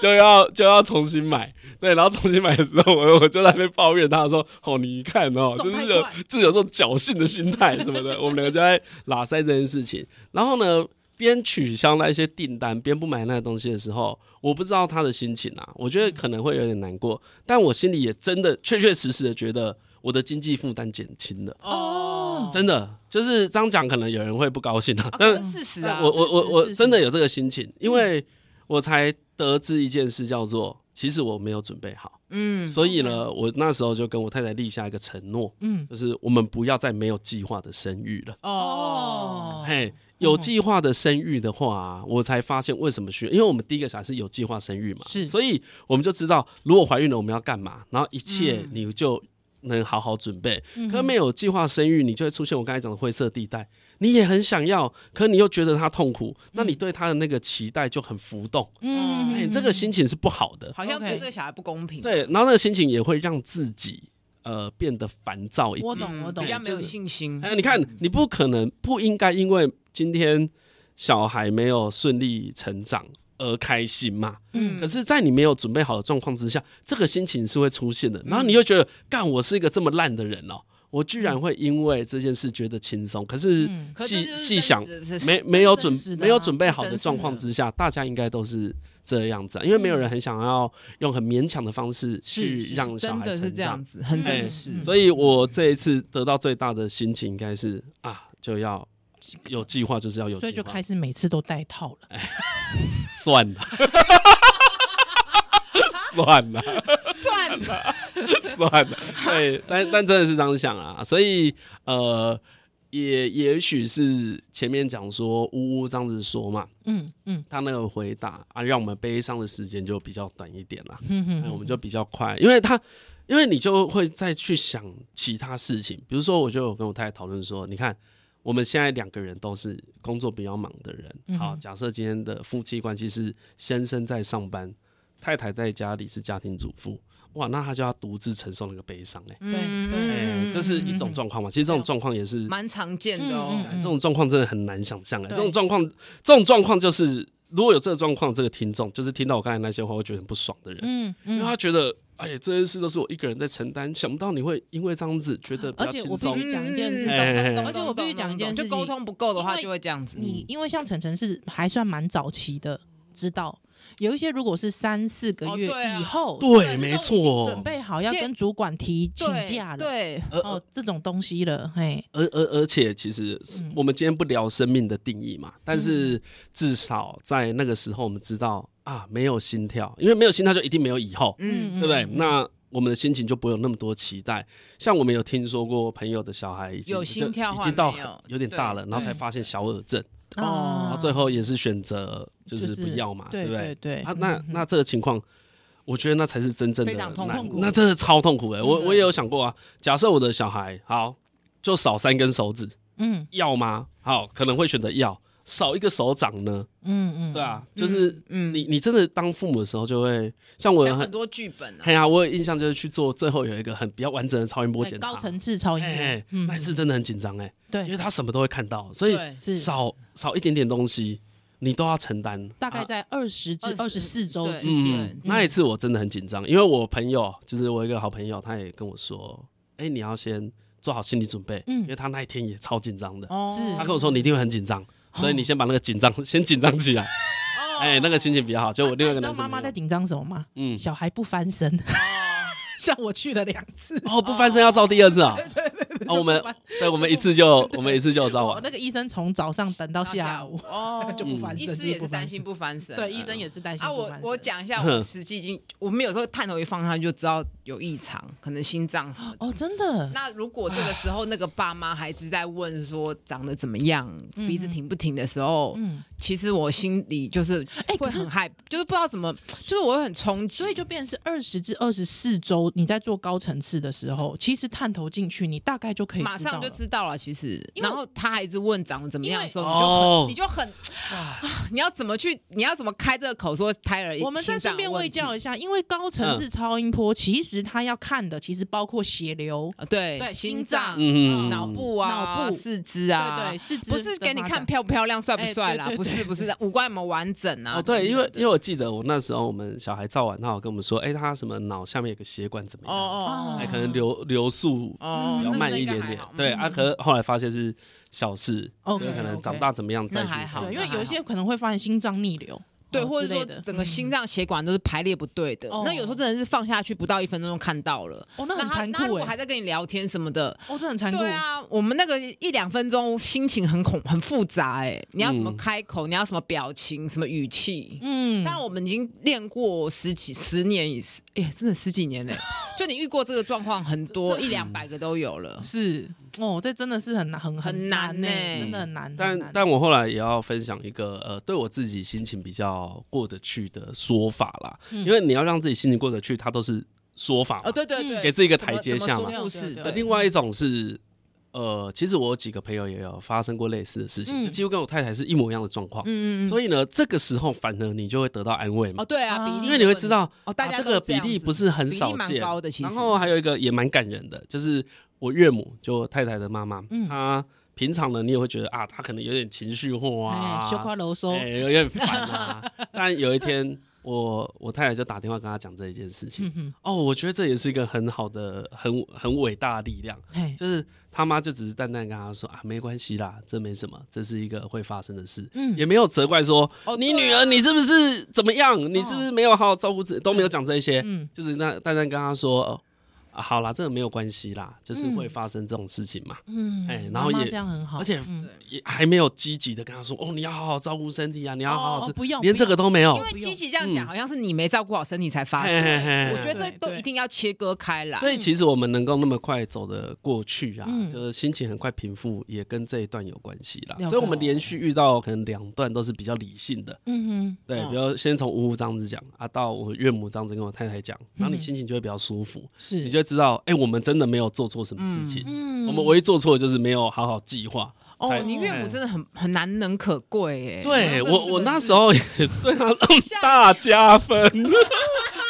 C: 就要就要重新买。对，然后重新买的时候，我我就在那边抱怨他说：“哦，你看哦，
A: 送
C: 就是
A: 太
C: 有
A: 快
C: 就是有这种侥幸的心态什么的。” 我们两个就在拉塞这件事情。然后呢，边取消那一些订单，边不买那些东西的时候，我不知道他的心情啊，我觉得可能会有点难过，但我心里也真的确确实实的觉得我的经济负担减轻了。
A: 哦
C: 真的就是这样讲，可能有人会不高兴啊。
B: 啊
C: 但
B: 这是事实啊。
C: 我我我
A: 是
C: 我
A: 是嗯
C: 真的有这个心情，因为我才得知一件事，叫做其实我没有准备好。
B: 嗯，
C: 所以呢，我那时候就跟我太太立下一个承诺，
A: 嗯
C: 就是我们不要再没有计划的生育了。
B: 哦，
A: 嗯
C: 嘿，有计划的生育的话啊、我才发现为什么需要，因为我们第一个小孩是有计划生育嘛，
A: 是
C: 所以我们就知道如果怀孕了我们要干嘛，然后
A: 嗯
C: 一切你就能好好准备。可没有计划生育，你就会出现我刚才讲的灰色地带。你也很想要，可你又觉得他痛苦，那你对他的那个期待就很浮动，
A: 嗯，
C: 哎、这个心情是不好的。
B: 嗯好像
A: OK
B: 对这个小孩不公平。
C: 对，然后那个心情也会让自己呃变得烦躁一点
A: 我
B: 嗯，
A: 懂我懂
B: 比较没有
C: 就是
B: 信心
C: 哎，。你看，你不可能不应该因为今天小孩没有顺利成长而开心嘛。
A: 嗯
C: 可是，在你没有准备好的状况之下，这个心情是会出现
B: 嗯
C: 的。然后你又觉得，干，我是一个这么烂的人哦，我居然会因为这件事觉得轻松。可是
A: 嗯
B: 嗯可是这就是
C: 细细
B: 真
C: 想，
B: 实的是
C: 没没有准
A: 真实的啊
C: 没有准备好的
B: 真实
C: 状况
B: 的
C: 之下，大家应该都是这样子啊，因为没有人很想要用很勉强的方式去让小
B: 真
C: 孩
B: 的是
C: 成
B: 这
C: 长
B: 样。子，嗯很
C: 哎
B: 真实。
C: 所以我这一次得到最大的心情应该是啊，就要有计划，就是要有计划，
A: 所以就开始每次都带套了。
C: 算了。 算了，
B: 算了，
C: 算了，对，但但真的是这样想啊，所以呃，也也许是前面讲说呜呜这样子说嘛，
A: 嗯嗯
C: 他那个回答啊，让我们悲伤的时间就比较短一点啦，
A: 嗯嗯
C: 哎，我们就比较快，因为他，因为你就会再去想其他事情，比如说，我就有跟我太太讨论说，你看我们现在两个人都是工作比较忙的人，好，
A: 嗯
C: 假设今天的夫妻关系是先生在上班，太太在家里是家庭主妇，哇，那他就要独自承受那个悲伤、欸，
A: 对
C: 哎、
A: 对
C: 这
B: 嗯
C: 是一种状况嘛，其实这种状况也是
B: 蛮常见的哦
A: 嗯嗯。嗯
C: 这种状况真的很难想象哎、
B: 对
C: 这种状况，这种状况就是如果有这个状况，这个听众就是听到我刚才那些话，会觉得很不爽的人，
A: 嗯
C: 因为
A: 嗯，
C: 他觉得，哎，这件事都是我一个人在承担，想不到你会因为这样子觉得比
A: 啊而
C: 较
A: 且
C: 轻
A: 我必须
C: 松。
A: 讲一件事
C: 嗯哎哎哎
A: 情，
C: 懂
A: 而且我必须讲一件事
B: 就
A: 情，
B: 沟通不够的话
A: 因为
B: 就会这样子。
A: 你因为像晨晨是还算蛮早期的，知道有一些如果是三四个
B: 哦
A: 月
B: 对啊
A: 以后，
C: 对，哦
A: 这
C: 没
A: 种已经准
C: 错。
A: 备好要
B: 这
A: 跟主管提嗯请
B: 对
A: 假了，
B: 对，
C: 而
A: 哦，这种东西了，嘿，
C: 而而而且，其实
A: 嗯
C: 我们今天不聊生命的定义嘛，但是至少在那个时候，我们知道啊，没有心跳，因为没有心跳就一定没有以后，
B: 嗯
A: 嗯
C: 对不对？那我们的心情就不会有那么多期待。像我们有听说过朋友的小孩已经
B: 有心跳
C: 就已
B: 换
C: 经到
B: 没有
C: 很有点大了，然后才发现小耳症，
B: 哦
C: 然
A: 啊
C: 后，最后也是选择就是
A: 就是
C: 不要嘛，
A: 对
C: 不对
A: 对？对
C: 啊，那
A: 嗯
C: 那这个情况，我觉得那才是真正的
B: 非常痛
C: 难
A: 痛苦
C: 那真的超痛苦的、我
B: 嗯
C: 我也有想过啊，假设我的小孩好就少三根手指，
A: 嗯
C: 要吗？好，可能会选择要。少一个手掌呢？
A: 嗯嗯，
C: 对，啊，就是
B: 嗯
C: 你你真的当父母的时候，就会像我有
B: 想很
C: 很，
B: 多剧本啊
C: 哎。呀、我有印象就是去做最后有一个很比较完整的超音波检查，
A: 高层次超音
C: 哎、
A: 乐嗯
C: 哎，那一次真的很紧张哎，因
A: 对，
C: 为他什么都会看到，所以
B: 对，
A: 是
C: 少少一点点东西，你都要承担。
A: 大概
C: 啊
A: 在二十至二
B: 20
A: 十四周
B: 对
A: 之间，
B: 之间
C: 嗯那一次我真的很紧张，因为我朋友就是我一个好朋友，他也跟我说，哎、你要先做好心理准备，
A: 嗯
C: 因为他那一天也超紧张的，
B: 哦
A: 是
C: 他跟我说你一定会很紧张，所以你先把那个紧张先紧张起来，哎、那个心情比较好。就我另外一个
A: 你知
C: 男
A: 道
C: 生
A: 妈妈
C: 朋友
A: 在，紧张什么吗？
C: 嗯，
A: 小孩不翻
B: 哦
A: 身， 像我去了两次，
C: 哦，不翻身要照第二次啊，哦，我们对，我们一次就我们一次就照
A: 我
C: 完，
A: 那个医生从早上等到下 午，
B: 哦
A: 就不翻身
B: 医师也是担心不翻身。
A: 对，医生也是担心
B: 啊，
A: 不
B: 我
A: 翻身
B: 我讲一下，我实际已经，我们有时候探头一放下就知道有异常，可能心脏什么的。
A: 哦，真的，
B: 那如果这个时候那个爸妈还是在问说长得怎么样，
A: 嗯
B: 鼻子挺不挺的时候，
A: 嗯，
B: 其实我心里就是
A: 哎
B: 会
A: 可是
B: 很害，就是不知道怎么，就是我会很冲击。
A: 所以就变成是二十至二十四周，你在做高层次的时候，其实探头进去，你大概就可以
B: 马
A: 知道
B: 上
A: 了
B: 就知道了，其实，
A: 因为
B: 然后他还一直问长得怎么样的时候，
C: 哦
B: 你就很，你就很，你要怎么去，你要怎么开这个口说胎儿心脏有问题？嗯
A: 我们再顺便喂教一下，因为高层次超音波，其实它要看的其实包括血流、
B: 啊，对
A: 对
B: 心
A: 心
B: 脏
A: 脏、
C: 嗯
B: 脑部啊、
A: 脑部
B: 四肢啊，
A: 对对，四肢
B: 不是给你看漂不漂亮、帅不帅啦
A: 哎，对对对
B: 不是不是，五官有没有完整啊？
C: 哦，对，因为因为
B: 为
C: 我记得我那时候我们小孩照完，他有跟我们说，哎、他什么脑下面有个血管怎么
B: 哦
C: 样？
B: 哦
C: 哎、
A: 哎
C: 可能流流速
B: 哦，
C: 比较
B: 那
C: 慢
B: 那应
C: 一
B: 该
C: 点
B: 还
C: 点
B: 好，
C: 对
B: 嗯
C: 啊。可是后来发现是小事，就
A: OK，
C: 是可能
A: OK
C: 长大怎么样再去
B: 那还好
C: 看
A: 对，因
B: 那
A: 为
B: 还好
A: 有一些可能会发现心脏逆流，
B: 对，
A: 哦
B: 或者
A: 之类
B: 说
A: 的
B: 整个心脏血管都是排列不对的
A: 哦。
B: 那有时候真的是放下去不到一分钟就看到了。
A: 哦，那
B: 那
A: 很
B: 他
A: 残
B: 那
A: 酷
B: 如果还
A: 哎，
B: 在跟你聊天什么的，
A: 哦，这很残酷
B: 欸对，啊，我们那个一两分钟心情很恐很复杂哎，你要怎么
C: 嗯
B: 开口？你要什么表情？什么语气？
A: 嗯，
B: 当然，我们已经练过十几十年以，哎、呀，真的十几年 嘞、就你遇过这个状况很多，一两百个都有了。
A: 是哦，这真的是很难很
B: 很难
A: 难呢
B: 欸，
A: 真的很难，很
C: 但
A: 难
C: 但我后来也要分享一个呃，对我自己心情比较过得去的说法啦，
A: 嗯
C: 因为你要让自己心情过得去，它都是说法嘛，
B: 哦，对对对，
A: 嗯
C: 给自己一个台阶
B: 怎
C: 下
B: 么
C: 嘛
B: 怎。么说故事
A: 对
C: 那
A: 对
C: 另外一种是，呃，其实我有几个朋友也有发生过类似的事情，
A: 嗯
C: 就几乎跟我太太是一模一样的状况，
B: 嗯嗯嗯，
C: 所以呢，这个时候反而你就会得到安慰嘛
B: 哦，，对啊，
A: 啊
B: 比例
C: 因为你会知道
B: 哦，大
C: 啊
B: 家
C: 这
B: 都
C: 个
B: 这
C: 比
B: 样子
C: 例不是很
B: 比
C: 少
B: 例蛮
C: 见，
B: 高的，其实。
C: 然后还有一个也蛮感人的，就是我岳母，就我太太的妈妈，
A: 嗯
C: 她平常呢，你也会觉得啊，她可能有点情绪化啊，
A: 哎，羞夸楼收，
C: 哎有点烦啊。 但有一天，我我太太就打电话跟她讲这一件事情。
A: 嗯哼，
C: 哦，我觉得这也是一个很好的、很很伟大的力量，
A: 嘿，
C: 就是他妈就只是淡淡跟她说啊，没关系啦，这没什么，这是一个会发生的事，
A: 嗯
C: 也没有责怪说
B: 哦
C: 你
B: 对
C: 女
B: 啊
C: 儿你是不是怎么样，你是不是没有好好照顾自己，都没有讲这些，
A: 嗯
C: 就是那丹丹跟他说、哦啊，好啦，这个没有关系啦，就是
A: 嗯
C: 会发生这种事情嘛。
A: 嗯，
C: 哎然后
A: 妈妈
C: 也
A: 这样很好，
C: 而且
A: 嗯
B: 对
C: 也还没有积极的跟他说，哦，你要好好照顾身体啊，你要好好
A: 哦
C: 吃，
A: 哦不用
C: 连这个都没有
B: 因。为积极这样
C: 嗯
B: 讲，好像是你没照顾好身体才发
C: 嘿
B: 生。
C: 嘿嘿
B: 我觉得嗯这
A: 对
B: 都
A: 对
B: 一定要切割开来。
C: 嗯所以其实我们能够那么快走得过去啊，
A: 嗯
C: 就是心情很快平复，也跟这一段有关系啦
A: 了。解
C: 所以我们连续遇到可能两段都是比较理性的，
A: 嗯
C: 对，
B: 嗯
C: 比如先从呜呜这样子讲啊，到我岳母这样子跟我太太
B: 嗯
C: 讲，然后你心情就会比较舒服，
A: 哼，是，
C: 你就会知道，哎、我们真的没有做错什么事情，
A: 嗯
C: 我们唯一做错的就是没有好好计划。才
B: 哦，你岳母真的很很难能可贵哎。
C: 对
B: 这
C: 我，
B: 真的
C: 我那
B: 是
C: 时 候也对他大加分，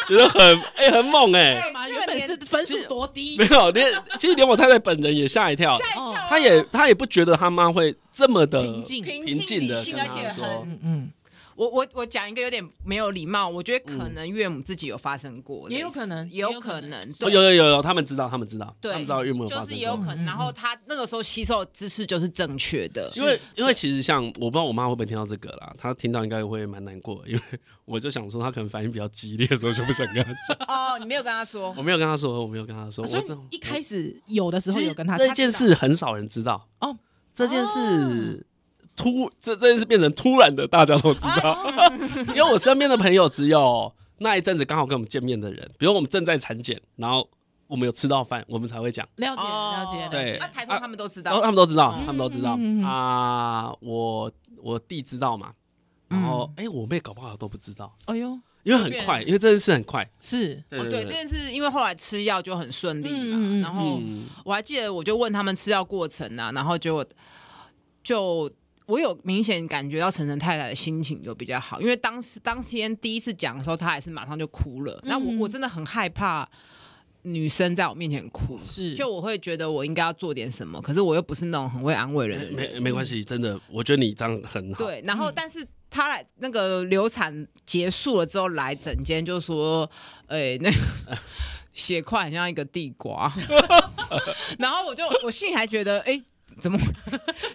C: 觉得很哎、很猛哎、
B: 对
A: 嘛，
B: 这
A: 原
B: 个
A: 本
B: 连
A: 是分数多低
C: 没，有连其实连我太太本人也吓一跳，
A: 哦
C: 她也她也不觉得他妈会这么的
A: 平静
B: 平
C: 平静
B: 静理
C: 的
B: 性，
C: 跟
B: 而
C: 他
B: 且
C: 说
B: 很。
A: 嗯嗯，
B: 我我我讲一个有点没有礼貌，我觉得
C: 嗯
B: 可能岳母自己有发生过类似，
A: 也有可能
B: 也有可能，
C: 哦
B: 对
C: 有有有有，他们知道，他们知道，他
B: 对
C: 们知道岳母有发
B: 就
C: 生
B: 是
C: 过
B: 也有可
A: 嗯嗯
B: 能。然后他那个时候吸收的知识就是正确的，
C: 因为因为其实像我不知道我妈会不会听到这个啦，她听到应该会蛮难过的，因为 我就想说她可能反应比较激烈，所以我就不想跟 她讲。
B: 哦，你没有跟他说
C: 我，没有跟她说，我没有跟她说，
A: 哦所
C: 我真
A: 以一开始有的时候有跟他
C: 这件事很少人知道
A: 哦，
C: 这件事。突这这件事变成突然的，大家都知道，
A: 哦
C: 因为我身边的朋友只有那一阵子刚好跟我们见面的人，比如我们正在产检，然后我们有吃到饭，我们才会讲，
A: 了解
B: 哦
A: 了解了解，
C: 对
B: 啊，台中他们都知
C: 然后
B: 道
C: 他，们都知道，
B: 嗯
C: 他们都知道
A: 嗯嗯嗯
C: 啊、我我弟知道嘛，然
B: 嗯
C: 后哎、我妹搞不好都不知道，
A: 哎呦，
C: 因为很
B: 变
C: 快，因为这件事很快，
A: 是，
C: 对
B: 哦，对，这件事因为后来吃药就很顺利
A: 嗯嗯嗯
B: 嘛，然后
C: 嗯，
B: 我还记得，我就问他们吃药过程啊，然后结果就我有明显感觉到晨晨太太的心情就比较好，因为当时当天第一次讲的时候，她还是马上就哭了。那我
A: 嗯
B: 我真的很害怕女生在我面前哭，
A: 是
B: 就我会觉得我应该要做点什么，可是我又不是那种很会安慰人的人。
C: 嗯没没关系，真的，我觉得你这样很好，
B: 对，然后
A: 嗯
B: 但是她来那个流产结束了之后来整间就说，哎、那个血块很像一个地瓜，然后我就我心里还觉得，哎、怎么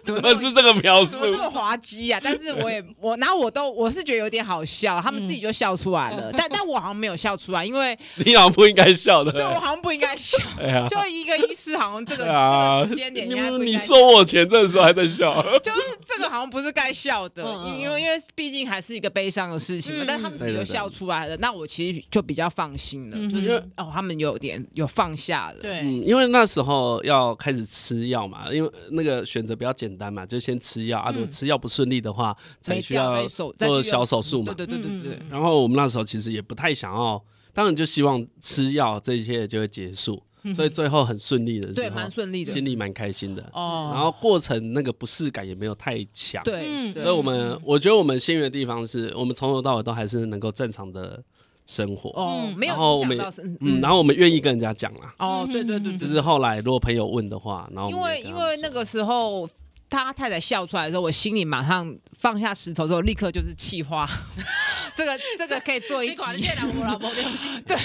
B: 怎么
C: 怎
B: 那
C: 么
B: 么
C: 是这个描
B: 怎么这
C: 述？
B: 么滑稽啊？但是我也我，然后我都我是觉得有点好笑，他们自己就笑出来了，但但我好像没有笑出来，因为
C: 你好像不应该笑的，
B: 对我好像不应该笑，
C: 哎呀，啊
B: 就一个医师好像 这个、这个时间点应该不应该
C: 你
B: 笑
C: 收我钱这时候还在笑，
B: 就是这个好像不是该笑的，
A: 嗯嗯
B: 因为因为毕竟还是一个悲伤的事情
A: 嗯
B: 嘛。但他们自己
C: 对对
B: 有
C: 对
B: 笑出来了，那我其实就比较放心了，
A: 嗯
B: 就
A: 因为
B: 是哦，他们有点有放下了。
A: 对，
C: 嗯，因为那时候要开始吃药嘛，因为那个选择比较简单嘛，就先吃药啊。如果吃药不顺利的话，
B: 嗯
C: 才
B: 没
C: 需
B: 掉
C: 要
B: 再手再去
C: 做
B: 用
C: 小手术嘛。
B: 对对对对对
A: 嗯
B: 对。
C: 然后我们那时候其实也不太想要，当然就希望吃药这一切就会结束，所以最后很顺利的时
B: 嗯对，
C: 候
B: 蛮，顺利的
C: 心里蛮开心的。然
B: 哦。
C: 后过程那个不适感也没有太强，，
B: 对，
A: 嗯
B: 对
C: 所以我们我觉得我们幸运的地方是我们从头到尾都还是能够正常的生活，
B: 哦
A: 嗯
B: 没有
C: 然后我
B: 影
C: 们
B: 响到是
C: 嗯，然后我们愿意跟人家讲啦。
B: 哦，对对对，
A: 嗯
B: 对
C: 就是后来如果朋友问的话，然后我
B: 因
C: 们
B: 为
C: 也跟
B: 因
C: 他们
B: 为那个时候。他太太笑出来的时候，我心里马上放下石头之后，立刻就是气话。 这个这个可以 做一集，
A: 我老婆良 心，对，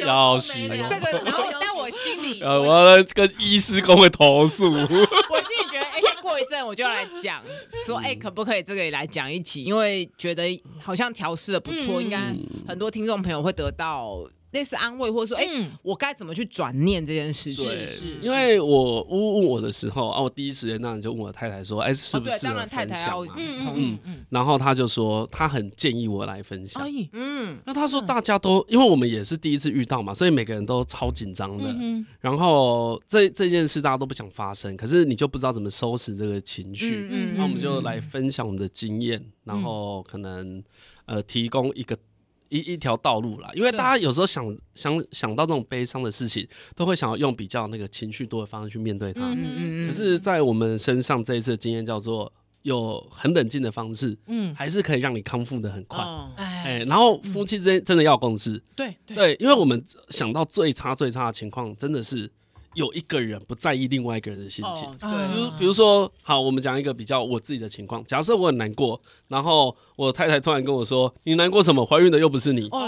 C: 有要死没良
B: 这个，然后但我心里，
C: 说呃，我要跟医师工会投 诉。
B: 我心里觉得，哎、过一阵我就要来讲，说，
A: 嗯
B: 哎、可不可以这个也来讲一集？因为觉得好像调试的不错，
A: 嗯
B: 应该很多听众朋友会得到类似安慰，或者说，哎、
A: 嗯
B: 我该怎么去转念这件事情？
C: 对
A: 是，
C: 因为我呜问我的时候啊，我第一时间当然就问我太太说，哎，是
B: 哦
C: 不
B: 对
C: 是
B: 当然太
C: 分
B: 太
C: 享
B: 要
C: 啊？
A: 嗯
B: 同
A: 嗯嗯，
C: 然后她就说，她很建议我来分享
A: 哎。，
B: 嗯，
C: 那她说大家都，因为我们也是第一次遇到嘛，所以每个人都超紧张的。
A: 嗯
C: 然后这这件事大家都不想发生，可是你就不知道怎么收拾这个情绪。
A: 嗯
C: 那我们就来分享我们的经验，然后可能呃提供一个一一条道路啦。因为
B: 对
C: 大家有时候想想想到这种悲伤的事情，都会想要用比较那个情绪多的方式去面对它。
A: 嗯
B: 嗯嗯嗯
C: 可是，在我们身上这一次的经验叫做有很冷静的方式，
A: 嗯，
C: 还是可以让你康复的很快。
B: 哦
A: 哎，嗯
C: 哎、然后夫妻之间真的要有共识，
A: 对对，
C: 对，因为我们想到最差最差的情况，真的是有一个人不在意另外一个人的心情。
B: 哦，
C: 嗯比
B: 对，
A: 嗯
C: 如，比如说，好，我们讲一个比较我自己的情况。假设我很难过，然后我太太突然跟我说：“你难过什么？怀孕的又不是你。”
A: 哦，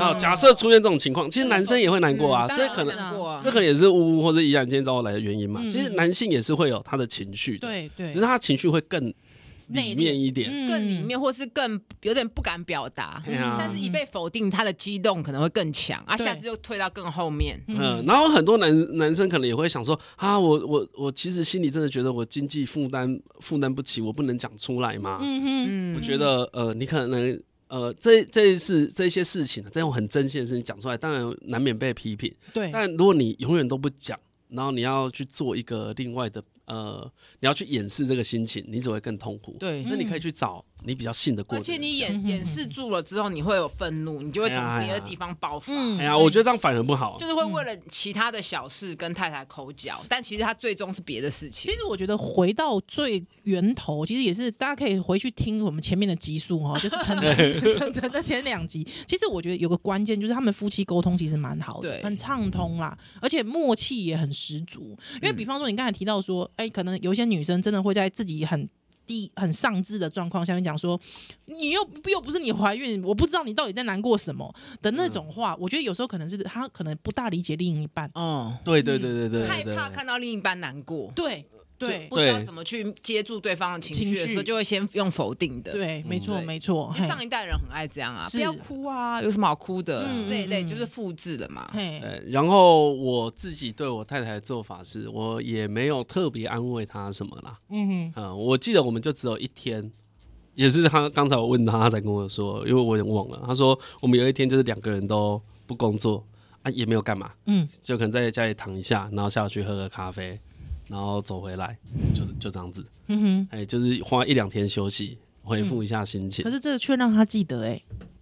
C: 啊，假设出现这种情况，其实男生也会难过啊，
B: 嗯
C: 这可
B: 当然
C: 能
A: 是
B: 难过啊
C: 这可能也是呜呜或者怡然今天找我来的原因嘛。
A: 嗯
C: 其实男性也是会有他的情绪的，
A: 对对，
C: 只是他情绪会更
A: 内
C: 里
A: 敛
C: 面一点。
A: 嗯
B: 更里面，或是更有点不敢表达，
C: 对啊
B: 但是一被否定，他的激动可能会更强啊，
A: 对
B: 下次又退到更后面。
C: 嗯，然后很多男男生可能也会想说啊，我我我其实心里真的觉得我经济负担负担不起，我不能讲出来嘛。
A: 嗯哼，
B: 嗯
C: 我觉得呃，你可能呃，这这一次这些事情，啊这种很真心的事情讲出来，当然难免被批评。
A: 对，
C: 但如果你永远都不讲，然后你要去做一个另外的呃，你要去掩饰这个心情，你只会更痛苦。
B: 对嗯
C: 所以你可以去找你比较信得过
B: 而
C: 的
B: 且
C: 人。
B: 你
A: 嗯
B: 掩
A: 哼
B: 掩饰住了之后，你会有愤怒，你就会从
C: 哎呀
B: 别的
C: 哎呀
B: 地方爆发。
A: 嗯
C: 哎呀，我觉得这样反而不好。
B: 就是会为了其他的小事跟太太口角，但其实他最终是别的事情
A: 其。实我觉得回到最源头，其实也是大家可以回去听我们前面的集数哈，就是 陈晨陈晨的前两集。其实我觉得有个关键就是他们夫妻沟通其实蛮好的，
B: 对
A: 很畅通啦，而且默契也很十足。因
B: 嗯
A: 为比方说你刚才提到说，哎、可能有一些女生真的会在自己很。低很丧志的状况下面讲说，你又又不是你怀孕，我不知道你到底在难过什么的
B: 嗯
A: 那种话，我觉得有时候可能是她可能不大理解另一半，
B: 哦，
C: 对对对对对对
B: 害
C: 对
B: 怕看到另一半难过，
A: 对对
B: 不知道
C: 对
B: 怎么去接住对方的情绪
A: 情
B: 的
A: 绪
B: 时候，就会先用否定的。，
A: 对，没错
B: 嗯对
A: 没错。
B: 其实
A: 嘿
B: 上一代人很爱这样啊，
A: 是
B: 不要哭啊，有什么好哭的？
A: 嗯
B: 这一类
A: 嗯嗯
B: 就是复制的嘛。
A: 嘿，
C: 呃，然后我自己对我太太的做法是，我也没有特别安慰她什么啦。
A: 嗯哼，
C: 嗯、我记得我们就只有一天，也是她刚才我问她，她才跟我说，因为我也忘了。她说我们有一天就是两个人都不工作啊，也没有干嘛，
A: 嗯，
C: 就可能在家里躺一下，然后下去喝个咖啡，然后走回来，就是就这样子。
A: 嗯哼。
C: 哎、就是花一两天休息，恢复一下心情
A: 嗯可。是这个却让他记得哎、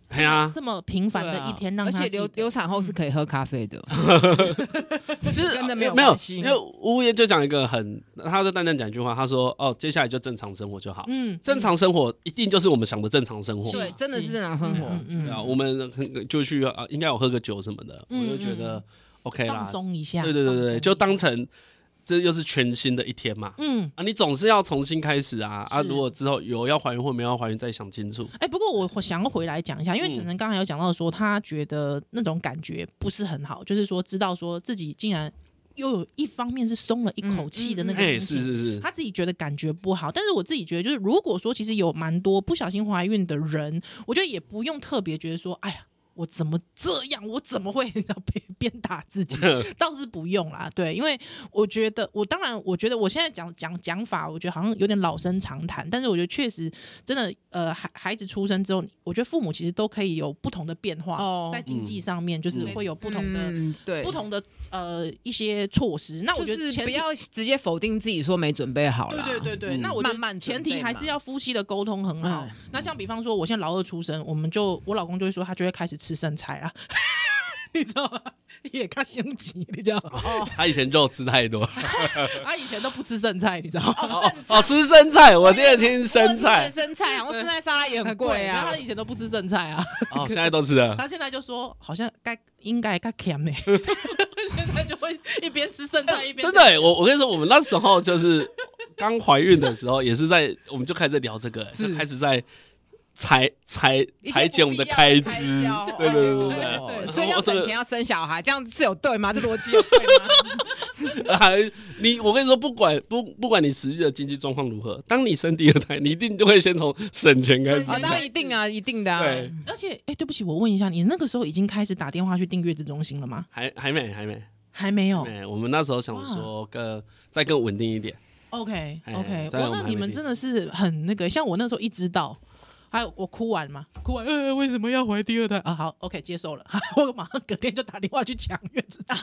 C: 哎呀、
A: 这么平凡
B: 对
A: 的
B: 啊
A: 一天让
B: 而
A: 他
B: 且
A: 记得。嗯
B: 流流产后是可以喝咖啡的，
C: 其实
B: 真的没
A: 呃
C: 没
B: 有
C: 有
B: 关系
C: 因为物业就讲一个很，他就淡淡讲一句话，他说：“哦，接下来就正常生活就好。
A: 嗯，
C: 正常生活一定就是我们想的正常生活。
B: 对，真的是
A: 是
B: 正常生活。
A: 嗯嗯
C: 对啊，我们很就去啊，应该有喝个酒什么的，
A: 嗯
C: 我就觉得 OK
A: 放
C: 啦。
A: 松一下。
C: 对对对
A: 放松
C: 对，就当成这又是全新的一天嘛。
A: 嗯。
C: 啊，你总是要重新开始啊啊！
A: 是
C: 如果之后有要怀孕或没有要怀孕，再想清楚。
A: 哎、不过我想要回来讲一下，因为
C: 嗯
A: 晨晨刚才有讲到说，他觉得那种感觉不是很好，就是说知道说自己竟然又有一方面是松了一口气的那个
C: 哎，
A: 心
C: 是
A: 情，
C: 是是，
A: 他自己觉得感觉不好，但是我自己觉得，就是如果说其实有蛮多不小心怀孕的人，我觉得也不用特别觉得说，哎呀。我怎么这样？我怎么会 要被鞭打自己？
C: 嗯
A: 倒是不用啦，对，因为我觉得，我当然，我觉得我现在讲讲讲法，我觉得好像有点老生常谈，但是我觉得确实真的，呃，孩孩子出生之后，我觉得父母其实都可以有不同的变化，
B: 哦
A: 在经济上面就是
C: 嗯
A: 会有不同的、
B: 嗯对
A: 不。同的呃一些措施。那我
B: 就
A: 觉得
B: 是
A: 前
B: 不
A: 提
B: 要直接否定自己说没准备好啦
A: 对对对对，
C: 嗯
A: 那我觉
B: 慢慢
A: 得前
B: 准
A: 提
B: 备
A: 还
B: 嘛
A: 是要夫妻的沟通很好
B: 嗯。
A: 那像比方说，我现在老二出生，我们就我老公就会说，他就会开始吃剩菜啊， 你知道吗？也看心急，你知道吗？
C: 他以前肉吃太多。
A: 他以前都不吃剩菜，你知道吗？
C: 哦哦，吃生菜，我今天听生
B: 我
C: 菜
B: 记得生菜，然后生菜沙拉也很贵
A: 然后
B: 啊
A: 他。以前都不吃剩菜啊，
C: 哦，现在都吃了。
A: 他现在就说好像该应该该甜呢，现在就会一边吃剩菜一边
C: 真的、欸，我我跟你说，我们那时候就是刚怀孕的时候，也是在我们就开始聊这个、欸，就开始在裁裁
B: 些
C: 裁减我们的开支
B: 不必要的开销，
C: 对对对
B: 哎
C: 对
B: 呦
C: 对，
B: 所以要
C: 我这
B: 省
C: 个
B: 钱，要生小孩，这样是有对吗？这逻辑有对吗？
C: 还你，我跟你说，不管不不管你实际的经济状况如何，当你生第二胎，你一定就会先从省钱开始
A: 省
B: 啊，
A: 钱
B: 当
C: 想。
B: 然一定啊，一定的啊。
C: 对，
A: 而且，哎，对不起，我问一下，你那个时候已经开始打电话去订月子中心了吗？
C: 还还没还没，
A: 还没有。
C: 哎，我们那时候想说更再更稳定一点，
A: OK
C: 哎
A: OK，
C: 虽
A: 哇
C: 然，我
A: 那
C: 们
A: 你
C: 还
A: 们
C: 没
A: 真的是很那个，像我那时候一知道，还有我哭完嘛，哭完，呃，为什么要怀第二胎啊？好，OK，接受了， 我马上隔天就打电话去抢月子大，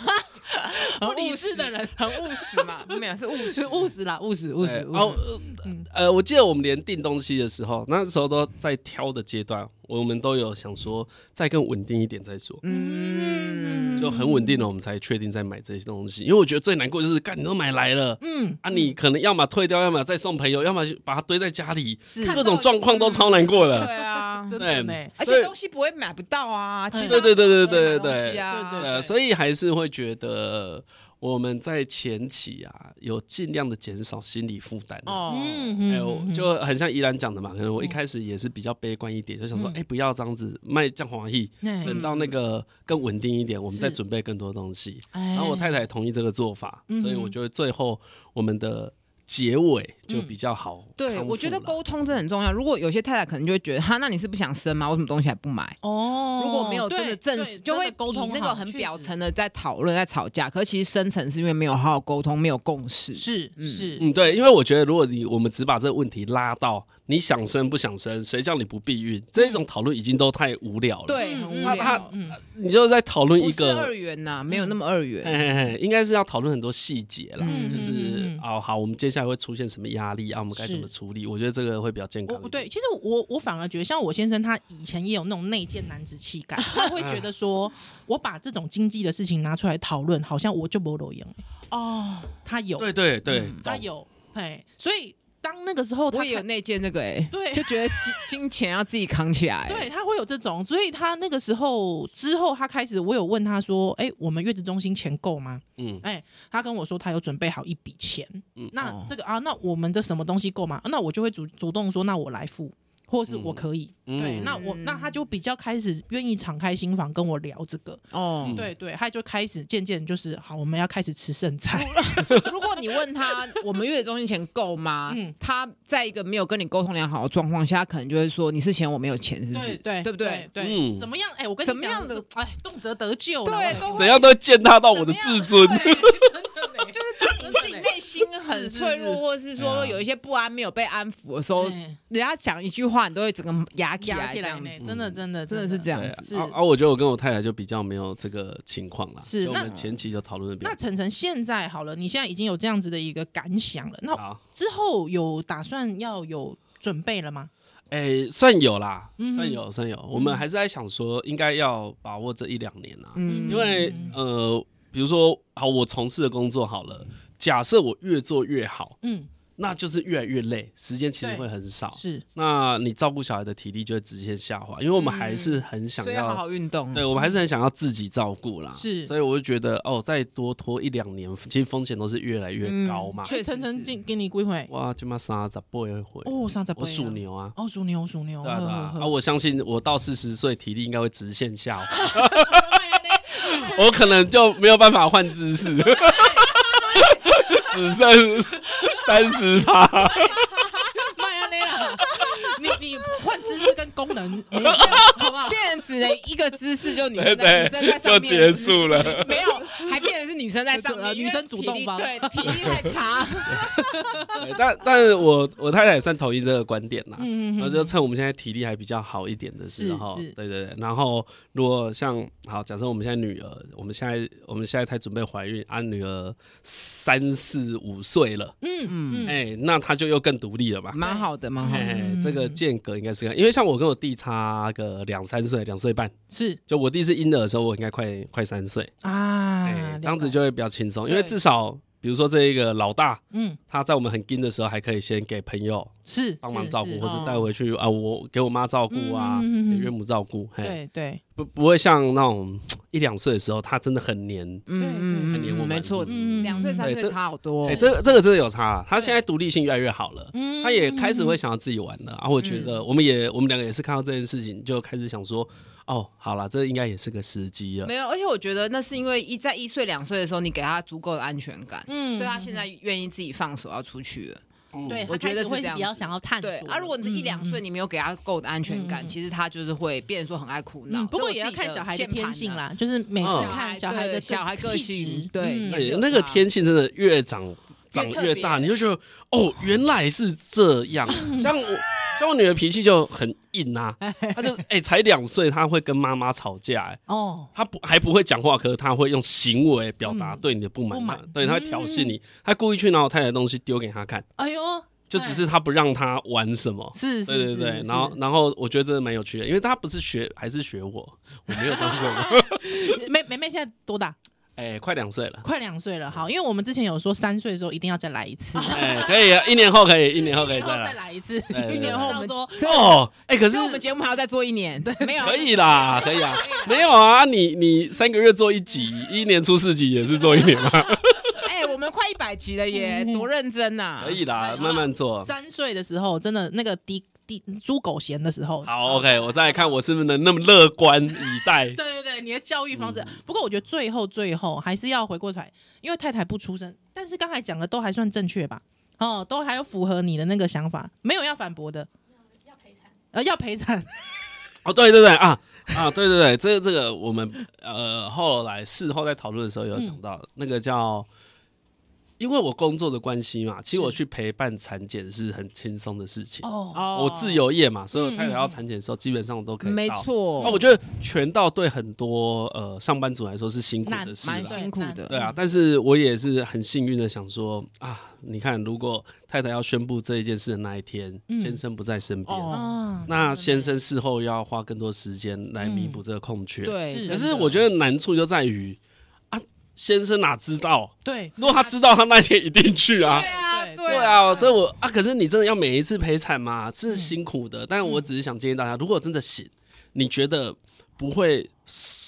A: 不理智的人，
B: 很务实嘛，没有是务实
A: 是务实啦，务实务实
C: 对
A: 务
C: 哦
A: 实，嗯
C: 呃，我记得我们连订东西的时候，那时候都在挑的阶段，我们都有想说再更稳定一点再说，
B: 嗯，
C: 就很稳定了，我们才确定再买这些东西。因为我觉得最难过就是，干你都买来了。
A: 嗯，
C: 啊，你可能要么退掉，要么再送朋友，要么就把它堆在家里，
A: 是
C: 各种状况都超难过
B: 对
C: 的。
B: 啊，
A: 真的呢，
B: 而
C: 所
B: 且
C: 以
B: 东西不会买不到啊。其实
A: 对
C: 对对对对对
B: 买东西啊
A: 对对
C: 呃，所以还是会觉得我们在前期啊，有尽量的减少心理负担啊。
B: 哦，
A: 嗯
C: 哎、
A: 嗯
C: 我
A: 嗯
C: 就很像怡兰讲的嘛，可能
B: 嗯
C: 我一开始也是比较悲观一点，就想说，哎、不要这样子卖降黄奕，
A: 哎
C: 等到那个更稳定一点，我们再
A: 是
C: 准备更多东西。
A: 哎
C: 然后我太太同意这个做法，
A: 嗯
C: 所以我觉得最后我们的结尾就比较好康复啦、
B: 嗯对，我觉得沟通真的很重要。如果有些太太可能就会觉得，哈，那你是不想生吗？为什么东西还不买？
A: 哦，
B: 如果没有真的正
A: 对
B: 式，
A: 对
B: 就
A: 真
B: 会
A: 的沟
B: 以
A: 通
B: 那个
A: 好
B: 很
A: 确
B: 表
A: 实
B: 层的在讨论、在吵架。可是其实深层是因为没有好好沟通，没有共识。
A: 是
B: 嗯
A: 是，
C: 嗯，对，因为我觉得如果你我们只把这个问题拉到你想生不想生，谁叫你不避孕这一种讨论已经都太无聊了。，
B: 嗯对，
A: 嗯
B: 很
A: 嗯
B: 无
C: 那他
B: 聊。
A: 嗯
C: 你就在讨论
B: 不
C: 一
B: 是
C: 个嗯
B: 二元呐，没有那么二
C: 嘿
B: 元。
C: 嘿嘿，应该是要讨论很多细节啦，
B: 嗯
C: 就是
A: 嗯嗯嗯
C: 哦，好，我们接下来会出现什么压力啊？我们该怎么
A: 是哦
C: 处理？我觉得这个会比较健康
A: 我
C: 一点。
A: 我对，其实我我反而觉得，像我先生他以前也有那种内建男子气概，他会觉 得说，我把这种经济的事情拿出来讨论，好像我就没有用。
B: 哦，
A: 他有，
C: 对对对，
A: 他
C: 懂
A: 嗯有，哎，所以当那个时候他
B: 我也有
A: 看
B: 内建那个哎，
A: 对
B: 就觉得金金钱要自己扛起来。欸
A: 对，他会有这种，所以他那个时候之后，他开始我有问他说，哎、我们月子中心钱够吗？
C: 嗯
A: 哎、他跟我说他有准备好一笔钱，
C: 嗯
A: 那
B: 哦
A: 这个、啊，那我们这什么东西够吗？啊那我就会主主动说，那我来付。或是我
C: 嗯
A: 可以，对，
C: 嗯
A: 那我那他就比较开始愿意敞开心房跟我聊这个，
B: 哦，
C: 嗯
A: 对对，他就开始渐渐就是好，我们要开始吃剩菜，
B: 如果你问他我们月子中心钱够吗？
A: 嗯
B: 他在一个没有跟你沟通良好的状况下，他可能就会说你是嫌我没有钱，是不
A: 对
B: 是？
A: 对
B: 对不对？
A: 对，
C: 嗯
A: 怎么样？哎，我跟你
B: 怎么
A: 讲
B: 样的
A: 哎，动辄得咎了，
B: 对
A: 哎
B: 都会
C: 怎样都践踏到我的
A: 怎么样
C: 自尊。
A: 对就是
B: 你自己内心很脆
A: 是是
B: 弱，或是啊说有一些不安没有被安抚的时候，
A: 哎
B: 人家讲一句话，你都会整个压起
A: 压
B: 来，
A: 起
B: 这
A: 来
B: 样
A: 呢
B: 子，
A: 真的
C: 嗯
A: 真的
B: 真的是这
A: 样。
B: 样
C: 对
A: 是
B: 子。
C: 啊啊！我觉得我跟我太太就比较没有这个情况啦，
A: 是
C: 就我
A: 那
C: 们前期就讨论的比较
A: 那晨晨现在好了，你现在已经有这样子的一个感想了，那
C: 好。
A: 之后有打算要有准备了吗？
C: 哎，算有啦
A: 嗯，
C: 算有算有，我们还是在想说，应该要把握这一两年啦，因为
A: 嗯
C: 呃，比如说，好，我从事的工作好了，假设我越做越好，
A: 嗯，
C: 那就是越来越累，时间其实
A: 对
C: 会很少。
A: 是
C: 那你照顾小孩的体力就会直线下滑，因为我们还是很想
B: 所以
C: 要，
B: 好好运动，
C: 对我们还是很想要自己照顾啦。
A: 是
C: 所以我就觉得哦，再多拖一两年，其实风险都是越来越高嘛。
B: 嗯确实
A: 晨晨
B: 是
A: 进给你归回
C: 哇，今嘛三十倍回，
A: 哦，上次
C: 我属，牛啊。
A: 哦，属牛属牛，
C: 对啊对啊，
A: 哦呵
C: 啊，
A: 呵呵
C: 我相信我到四十岁体力应该会直线下滑， 我可能就没有办法换姿势， 只剩三十趴。
A: 麦安内啊啦， 你你换姿势跟功能没有 好不好？
B: 变成只能一个姿势，就女
C: 对
B: 生在
C: 对
B: 女生在，上
C: 就
B: 面
C: 结束了。
B: 没有，还变成是女生在上
A: 就呃
B: 面，
A: 女生主动吧
B: 因为体力对，体力太差。
C: 对但但是我我太太也算同意这个观点啦。
A: 嗯
C: 然后就趁我们现在体力还比较好一点的时候，
A: 是是
C: 对对对。然后如果像好，假设我们现在女儿，我们现在我们现在才准备怀孕，啊，女儿三四五岁了，
A: 嗯
C: 哎、那她就又更独立了嘛。
B: 蛮好的，蛮好
C: 嘿
B: 的。
C: 嘿，这
A: 嗯
C: 个间隔应该是这样，因为像我跟我弟差个两三岁，两岁半，
A: 是
C: 就我弟是婴儿的时候，我应该快快三岁，哎、
A: 啊，
C: 这样子
A: 了解
C: 就会比较轻松，因为
A: 对
C: 至少比如说这一个老大，
A: 嗯
C: 他在我们很紧的时候，还可以先给朋友
A: 是
C: 帮忙照顾，或
A: 是哦
C: 是带回去啊，我给我妈照顾啊，
A: 嗯嗯嗯嗯
C: 给岳母照顾，嘿，
A: 对对
C: 不不会像那种一两岁的时候，他真的很黏。
A: 嗯
C: 很黏我们
B: 没错，
A: 嗯
B: 两岁三
C: 对
B: 岁
C: 这
B: 差好多
C: 哎、。这个这个真的有差、啊，他现在独立性越来越好了，
A: 嗯
C: 他也开始会想要自己玩了。啊，我觉得我们也我们两个也是看到这件事情，就开始想说，哦，好啦，这应该也是个时机了
B: 没。有，而且我觉得那是因为一在一岁两岁的时候，你给他足够的安全感，
A: 嗯
B: 所以他现在愿意自己放手要出去了。
C: 嗯
A: 对，
B: 我
A: 他开
B: 觉得
A: 始
B: 是
A: 会
B: 这样
A: 比较
B: 子
A: 想要探索
B: 对
A: 了。
B: 啊，如果你是一两岁，
A: 嗯，
B: 你没有给他够的安全
A: 嗯嗯
B: 感，其实他就是会变成说很爱哭
A: 嗯
B: 闹。
A: 嗯不
B: 这
A: 过
B: 我
A: 也要
B: 自己
A: 看小孩的
B: 键盘
A: 天
B: 啊
A: 性。啦，就是每次
C: 嗯
A: 看小孩的
B: 对小孩
A: 个
B: 个
A: 气质
B: 性，对
A: 嗯
B: 也
C: 哎
B: 是有
C: 那个
B: 差
C: 天性真的越长长
B: 特
C: 越
B: 别
C: 大，你就觉得哦，原来是这 样。像我，像我女儿脾气就很硬啊，她就哎、才两岁，她会跟妈妈吵架、哎，
A: 哦，
C: 她不还不会讲话，可是她会用行为表达对你的不满
A: 嗯不
C: 嘛，
A: 满嗯
C: 对，她会挑衅你，她故意去拿我太太的东西丢给她看，
A: 哎呦，
C: 就只是她不让她玩什么。
A: 是是
C: 对对
A: 是
C: 对，
A: 是
C: 然后然后我觉得真的蛮有趣的，因为她不是学还是学我，我没有当这 个，
A: 妹妹妹现在多大？
C: 哎，快两岁了，
A: 快两岁了，好，因为我们之前有说三岁的时候一定要再来一次，
C: 哎，可以啊，一年后可以，一年后可以
A: 然后
C: 再来
A: 再。来一次，
C: 对对
A: 一年
C: 对
A: 后
B: 对
A: 我们说
C: 哦，哎、可
B: 可
C: 是
B: 是我们节目还要再做一年，对， 没有
C: 可以啦，可以啊，没有啊，你你三个月做一集，一年出四集也是做一年嘛，
B: 哎，我们快一百集了耶，
A: 嗯
B: 多认真呐！
C: 可以啦，慢慢做。
A: 三岁的时候，真的那个滴滴猪狗嫌的时候，
C: 好，OK，我再来看我是不是能那么乐观以待。
A: 对对对，你的教育
C: 嗯
A: 方式。不过我觉得最后最后还是要回过头来，因为太太不出声，但是刚才讲的都还算正确吧。哦，都还有符合你的那个想法，没有要反驳的，呃，要赔 偿，
C: 哦，对对对 啊啊，对对对，这个这个我们呃后来事后在讨论的时候有讲到、那个叫，因为我工作的关系嘛，其实
A: 是
C: 我去陪伴产检是很轻松的事情。
A: 哦，
B: 哦
C: 我自，由业嘛，所以我开始
A: 嗯嗯
C: 要
A: 嗯
C: 产检的时候，基本上我都可以
B: 没
C: 到。
B: 错。
C: 那啊我觉得全道对很多呃上班族来说是辛苦
A: 那
C: 的事
B: 蛮
C: 啦
A: 对
B: 辛苦
A: 那
B: 的
C: 对啊，但是我也是很幸运的，想说啊，你看，如果太太要宣布这一件事的那一天，
A: 嗯
C: 先生不在身边，
B: 哦
A: 哦，
C: 那先生事后要花更多时间来弥补这个空缺。，
B: 嗯对，
A: 是
C: 可
B: 真
C: 是
B: 的
C: 我觉得难处就在于啊，先生哪知道？
A: 对，
C: 如果他知道，他那一天一定去啊。
A: 对嗯
C: 对啊，所以我啊，可是你真的要每一次陪产嘛，是辛苦的。但我只是想建议大家，如果真的行，你觉得不会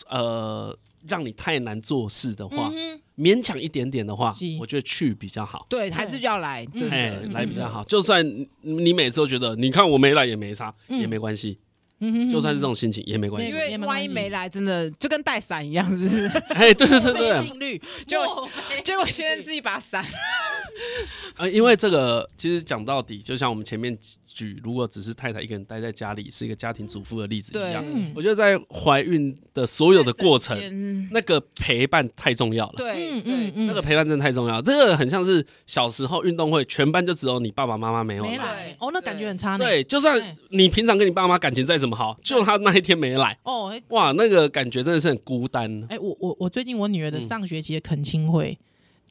C: 呃让你太难做事的话，
A: 嗯哼
C: 勉强一点点的话
A: 是，
C: 我觉得去比较好。
B: 对，还是要来，
A: 嗯
B: 对
C: 哎
B: 的，
C: 来比较好。就算你你每次都觉得，你看我没来也没差，
A: 嗯
C: 也没关系。
A: 嗯哼，
C: 就算是这种心情也没关
B: 因
C: 系。
B: 为万一没来，真的就跟带伞一样，是不 是？
C: 哎，对对
A: 墨菲
C: 对 对，
A: 嗯定律，
B: 就
A: 墨菲
B: 结果现在是一把伞，
C: 呃，因为这个其实讲到底，就像我们前面举，如果只是太太一个人待在家里，是一个家庭主妇的例子一样
B: 对，
A: 嗯
C: 我觉得在怀孕的所有的 过程，
B: 嗯
C: 那个陪伴太重要了。
B: 对，
A: 嗯
B: 嗯
A: 嗯
B: 嗯，
A: 嗯，
C: 那个陪伴真的太重要，这个很像是小时候运动会，全班就只有你爸爸妈妈没有
A: 没
C: 来。
A: 来，哦，那感觉很差呢，，
C: 对，就算
A: 对
C: 你平常跟你爸妈感情再怎么好，就他那一天没来，
A: 哦，哎
C: 哇，那个感觉真的是很孤单。
A: 哎，我我我最近我女儿的
C: 嗯
A: 上学期的恳亲会，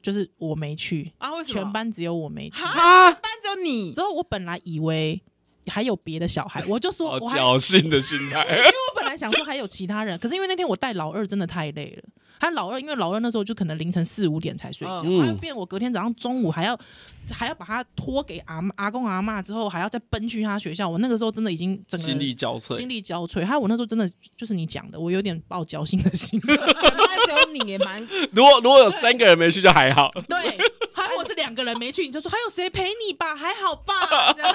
A: 就是我没去，
B: 啊，为什么
A: 全班只有我没去。
C: 啊，
B: 班只有你
A: 之？后我本来以为还有别的小孩，我就 说
C: 好
A: 我还因为
C: 侥幸的心态。
A: 我本来想说还有其他人，可是因为那天我带老二真的太累了。他老二，因为老二那时候就可能凌晨四五点才睡觉，
C: 嗯
A: 他就变我隔天早上中午还要还要把他拖给阿嬷阿公阿嬷之后还要再奔去他学校。我那个时候真的已经整个
C: 心
A: 人
C: 力交瘁
A: 精。力交瘁，还有我那时候真的就是你讲的，我有点爆交心的心。
B: 全班只有你也蛮
C: 如果如果有三个人没去就还好，
A: 对，还有我是两个人没去，你就说还有谁陪你吧，还好吧， 这样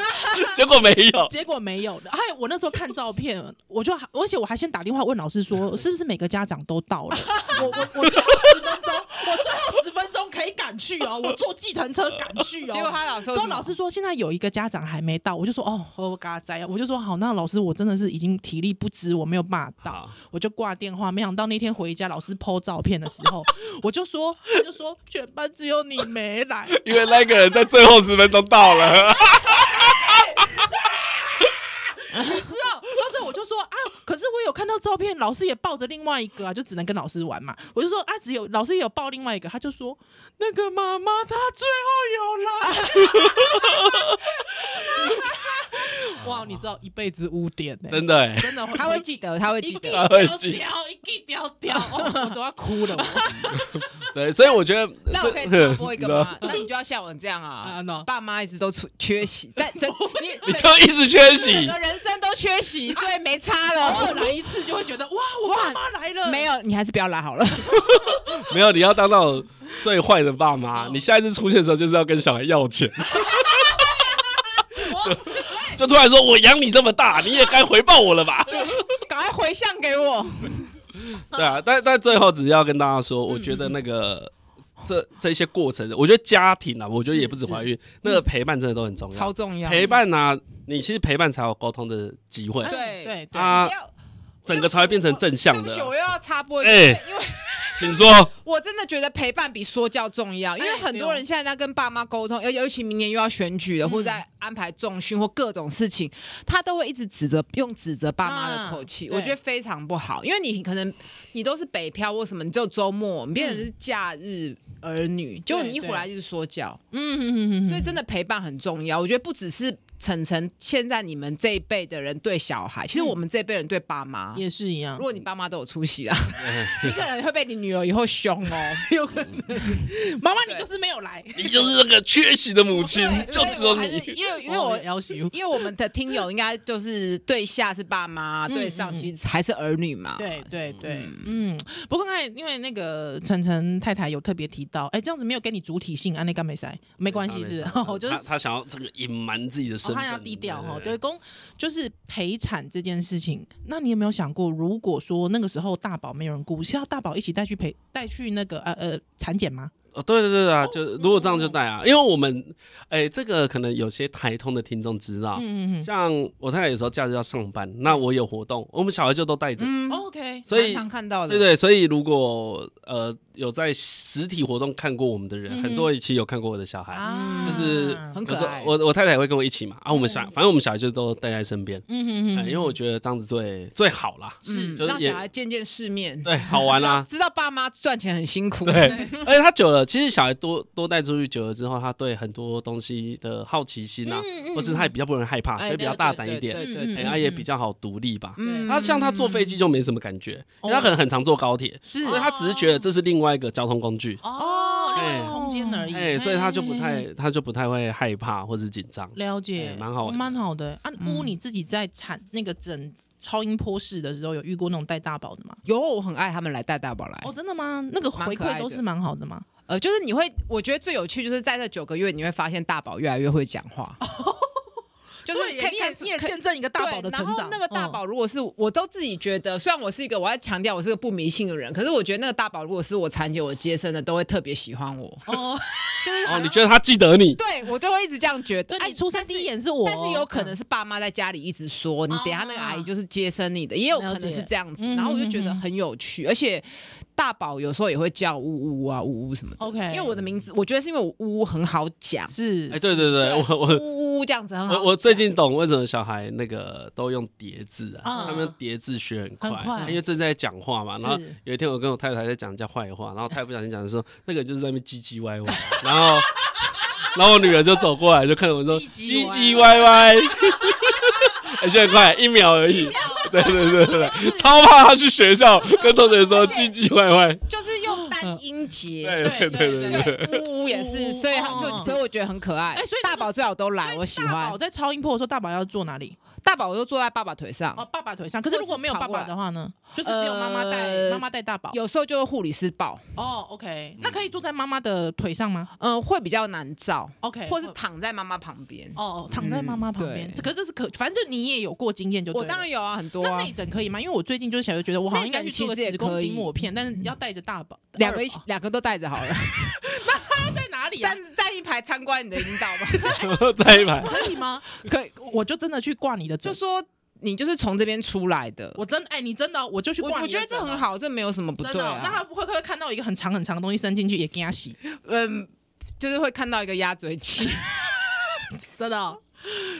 C: 结果没有。
A: 结果没有。哎，我那时候看照片，我就而且我还先打电话问老师 说，是不是每个家长都到了？我我我最后十分钟，我最后十分钟可以赶去哦，我坐计程车赶去哦。
B: 结果他老师
A: 之后老师说现在有一个家长还没到，我就说哦，我嘎仔，我就说好，那老师我真的是已经体力不支，我没有办法 到，
B: 啊
C: 好，
A: 我就挂电话。没想到那天回家，老师 PO 照片的时候，我就说，我就说全班只有你没来，
C: 因为那个人在最后十分钟到了，
A: 之后，到最后我就说啊，可是我有看到照片，老师也抱着另外一个啊，就只能跟老师玩嘛。我就说啊，只有老师也有抱另外一个，他就说那个妈妈她最后有来。哇，你知道一辈子污点欸呢、
C: 真的哎、
A: 真的会，
B: 他会记得，他会记
A: 一
B: 得
A: 地。
C: 他会
A: 雕
C: 记
A: 雕，一地雕雕，哦，我都要哭了。我
C: 对，所以我觉得
B: 那我可以插 播一个吗？那你就要像我这样啊
A: 啊，no，
B: 爸妈一直都出缺席， 在在你
C: 你就一直缺席
B: 整个，人生都 缺席，所以没差
A: 偶尔
B: 了。
A: 来一次就会觉得哇，我爸妈来了，
B: 没有，你还是不要来 好了。
C: 没有，你要当到最坏的爸
B: 哦
C: 妈。你下一次出现的时候，就是要跟小孩要钱。 就就突然说，我养你这么大，你也该回报我了吧？
B: 啊赶快回向给我。
C: 对啊，但但最后只是要跟大家说，我觉得那
B: 嗯
C: 个这这些过程，我觉得家庭啊，我觉得也不止怀孕，那个陪伴真的都很重
B: 嗯
C: 要
B: 超。重要。哎
C: 陪伴啊，你其实陪伴才有沟通的机会
A: 嗯
B: 对
A: 对对，
C: 啊
B: 不，要
C: 整个才会变成正
B: 对啊
C: 向
B: 不
C: 的
B: 起，。我又要插播一个，
C: 哎，
B: 因为
C: 请说，
B: 我真的觉得陪伴比说教重要，因为
A: 哎
B: 很多人现在在跟爸妈沟通，尤尤其明年又要选举了，
A: 嗯
B: 或者在安排重训或各种事情，他都会一直指责，用指责爸妈的口气，
A: 啊对
B: 我觉得非常不好。因为你可能你都是北漂或什么，你只有周末，你变成是假日儿女，结果你一回来就是说教，
A: 嗯嗯嗯
B: 所以真的陪伴很重要。我觉得不只是晨晨现在你们这一辈的人对小孩，其实
A: 嗯
B: 我们这一辈人对爸妈。
A: 也是一样
B: 如，果你爸妈都有 出息啦，你可能会被你女儿以后凶哦。
A: 有可能妈妈你
B: 对
A: 就是没有来，
C: 你就是那个缺席的母亲，
B: 对
C: 就只有
B: 所以我还是
C: 你。
B: 因为因为我。
A: 要求。
B: 因为我们的听友应该就是对下是爸妈，
A: 嗯
B: 对上其实还是儿女
C: 啊
B: 嘛。
A: 对对对，嗯，不过刚才因为那个晨晨太太有特别提到，哎，这样子没有给你主体性，安内干没塞，没关系是，
C: 啊
A: 我就是
C: 他。他想要这个隐瞒自己的身
A: 哦，
C: 份，
A: 他要低调哦，
C: 对
A: 对，公就是陪产这件事情。那你有没有想过，如果说那个时候大宝没有人顾，是要大宝一起带去陪带去那个呃呃产检吗？
C: 哦，对对对啊，就如果这
A: 哦
C: 样就带啊，因为我们哎，这个可能有些台通的听众知道，
A: 嗯嗯
C: 啊像我太太有时候假日要上班，那我有活动，我们小孩就都带着。
B: 嗯
A: 嗯，，OK，
C: 所以
B: 蛮常看到的，
C: 对对，所以如果呃有在实体活动看过我们的人，
A: 嗯哼
C: 很多一期有看过我的小孩，
A: 啊，
C: 就是
B: 很
C: 有
B: 可
C: 时候
B: 爱。
C: 我我太太也会跟我一起嘛，啊，我们小、
A: 嗯
C: 反正我们小孩就都带在身边、
A: 嗯嗯
C: 哎
A: 嗯，
C: 因为我觉得这样子最最好啦，
B: 嗯
C: 就是
B: 让
C: 也
B: 小孩见见世面，
C: 对，好玩啦、
B: 知道爸妈赚钱很辛苦，
C: 对，而且他久了，其实小孩多多带出去久了之后，他对很多东西的好奇心啊，
A: 嗯嗯
C: 或是他也比较不容易害
B: 嗯
C: 怕，所以比较大胆一点，
B: 哎
A: 嗯
B: 对对
C: 哎，
B: 对，
C: 他也比较好独立吧。
A: 嗯
C: 他像他坐飞机就没什么感觉，因为他
A: 哦
C: 可能很常坐高铁，
B: 是
C: 所以他只是觉得这是另外一个交通工具，
A: 哦，另外一个
C: 哎
A: 空间而已，
C: 哎，所以他就不
A: 哎
C: 太他就不太会害怕或是紧张。
A: 了解
C: 哎，蛮好玩的
A: 蛮好的。啊，
B: 嗯
A: 乌你自己在产那个整超音波室的时候，有遇过那种带大宝的吗？
B: 有我很爱他们来带大宝来
A: 哦，，真的吗？那个回
B: 哎蛮可爱
A: 馈
B: 的
A: 都是蛮好的吗？
B: 呃，就是你会，我觉得最有趣就是在这九个月，你会发现大宝越来越会讲 话，就是
A: 对耶
B: 可以
A: 你也
B: 看出
A: 你也
B: 可以
A: 见证一个大宝的
B: 对
A: 成
B: 然
A: 长
B: 后。那个大
A: 嗯
B: 宝，如果是、我都自己觉得，虽然我是一个我要强调我是个不迷信的人，可是我觉得那个大宝如果是我产检我接生的，都会特别喜欢我，
A: 哦，
B: 就是好
C: 哦，
B: 像、
C: 你觉得他记得 你？
B: 对我就会一直这样觉得。
A: 对
B: 哎
A: 你出生第一眼是我，哦嗯啊
B: 但是有可能是爸妈在家里一直说，你等一下那个阿姨就是接生你的，也有可能是这样子
A: 了。解嗯
B: 然后我就觉得很有趣，而且大宝有时候也会叫呜呜啊呜呜什么的。
A: OK，
B: 因为我的名字，我觉得是因为我呜呜很好讲，
A: 是
C: 哎，对对对，我我
B: 呜呜这样子很好
C: 我
B: 讲。
C: 我最近懂为什么小孩那个都用叠字啊，
A: 嗯
C: 他们叠字学很快，
A: 很快
C: 因为正在讲话嘛。
A: 是
C: 然后有一天我跟我太太在讲人家坏话，然后太不小心讲的时候，那个就是在那边唧唧歪歪，然后然后我女儿就走过来就看着我说
A: 唧唧
C: 唧
A: 歪
C: 唧歪歪，而且很快一秒而已。对对对对对，超怕他去学校跟同学说
B: 而
C: 唧
B: 且
C: 唧歪歪。
B: 就是 用单音节，
C: 对对对对对，
B: 对，呜呜也是，所以他
A: 嗯嗯
B: 就所以我觉得很可爱。
A: 哎所以
B: 大宝最好都来，我喜
A: 大
B: 欢
A: 宝在超音波的时候，大宝要坐哪里？
B: 大宝，我就坐在爸爸腿上
A: 哦，，爸爸腿上。可是如果没有爸爸的话呢？就是只有妈妈带
B: 呃
A: 妈妈带大宝。
B: 有时候就会护理师抱，
A: 哦，OK，那可以坐在妈妈的腿上吗
B: 嗯，会比较难照，
A: ？OK，
B: 或是躺在妈妈旁边。
A: 哦，哦躺在妈妈旁边
B: 嗯。对
A: 这可这是可，反正你也有过经验就对
B: 我
A: 了。
B: 当然有啊，很多
A: 那
B: 啊
A: 内，诊可以吗？因为我最近就是想就觉得我好像应该去做个
B: 内诊其实也
A: 子宫
B: 可以
A: 颈抹片，但是要带着大宝，
B: 两个一
A: 二
B: 起
A: 宝
B: 两个都带着好 了，
A: 在哪里啊？
B: 站站一排参观你的引导 吧，
C: 再一排。
A: 可以吗？
B: 可以，
A: 我就真的去挂你的
B: 就
A: 诊，
B: 说你就是从这边出来的。
A: 我真哎，你真的哦我就去
B: 我
A: 挂你
B: 我
A: 的
B: 觉
A: 诊哦。
B: 得这很好，这没有什么不
A: 真
B: 对
A: 的哦。那
B: 啊。
A: 他会不会看到一个很长很长的东西伸进去也给他洗？
B: 嗯，就是会看到一个鸭嘴器。
A: 真的哦，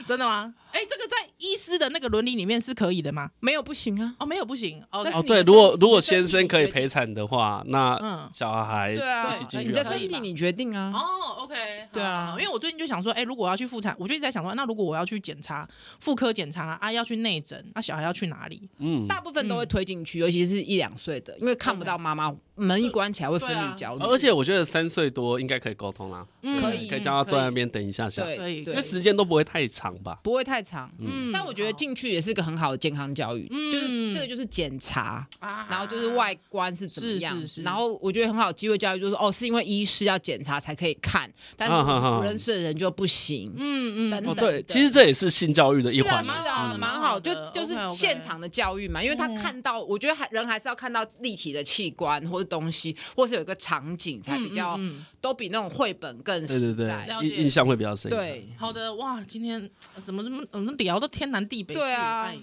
A: 真的吗？哎，这个在医师的那个伦理里面是可以的吗？
B: 没有不行啊。
A: 哦， 没有不行哦
B: 但。是
C: 哦，
B: 你
C: 对，
B: 的
C: 如果
B: 身体
C: 如果
B: 你的身
C: 先
B: 体
C: 生可以
B: 决定
C: 陪产的话，那
A: 嗯
C: 小孩
B: 对啊
C: 一起，进
A: 对
C: 去
B: 你
C: 啊。
B: 的
A: 可以
B: 身体
A: 吧
B: 你决定啊。
A: 哦，OK，
B: 对啊
A: 好因为我最近就想说，哎、如果我要去妇产，我就一直在想说，那如果我要去检查妇科检查啊，要去内诊，那、小孩要去哪里？
C: 嗯
B: 大部分都会推进去，尤其是一两岁的，因为看不到妈妈，门一关起来会分离焦虑。
C: 嗯而且我觉得三岁多应该可以沟通啦，
A: 嗯
C: 可
B: 可
C: 以
B: 以
C: 可以叫他坐在那边等一下下，
B: 对
A: 可以
C: 因
B: 对
C: 为，时间都不会太长吧。
B: 不会太长。
A: 嗯
B: 但我觉得进去也是个很好的健康教育，
A: 嗯
B: 就是这个就是检查，
A: 好啊
B: 然后就是外观是怎么样，
A: 是是是
B: 然后我觉得很好的机会教育就是说哦，是因为医师要检查才可以看，但是
C: 啊
B: 如果是
C: 啊啊
B: 不认识的人就不行。
A: 嗯
B: 等
A: 嗯
B: 等
C: 哦，
B: 的
C: 对，其实这也是性教育的一
B: 是啊，
C: 环
B: 是
C: 嘛。
B: 啊，
A: 嗯
B: 蛮好，就
A: 蛮好的
B: 就是
A: OK，OK
B: 现场的教育嘛，因为他看到，我觉得还人还是要看到立体的器官或者东西，或是有一个场景才比较，
A: 嗯嗯
B: 都比那种绘本更
C: 对对
B: 实
C: 对
B: 在。
A: 了，解
C: 印印象会比较深。
B: 对，
A: 嗯好的哇，今天呃怎么这么我们聊到天南地北去？
B: 对啊
A: 哎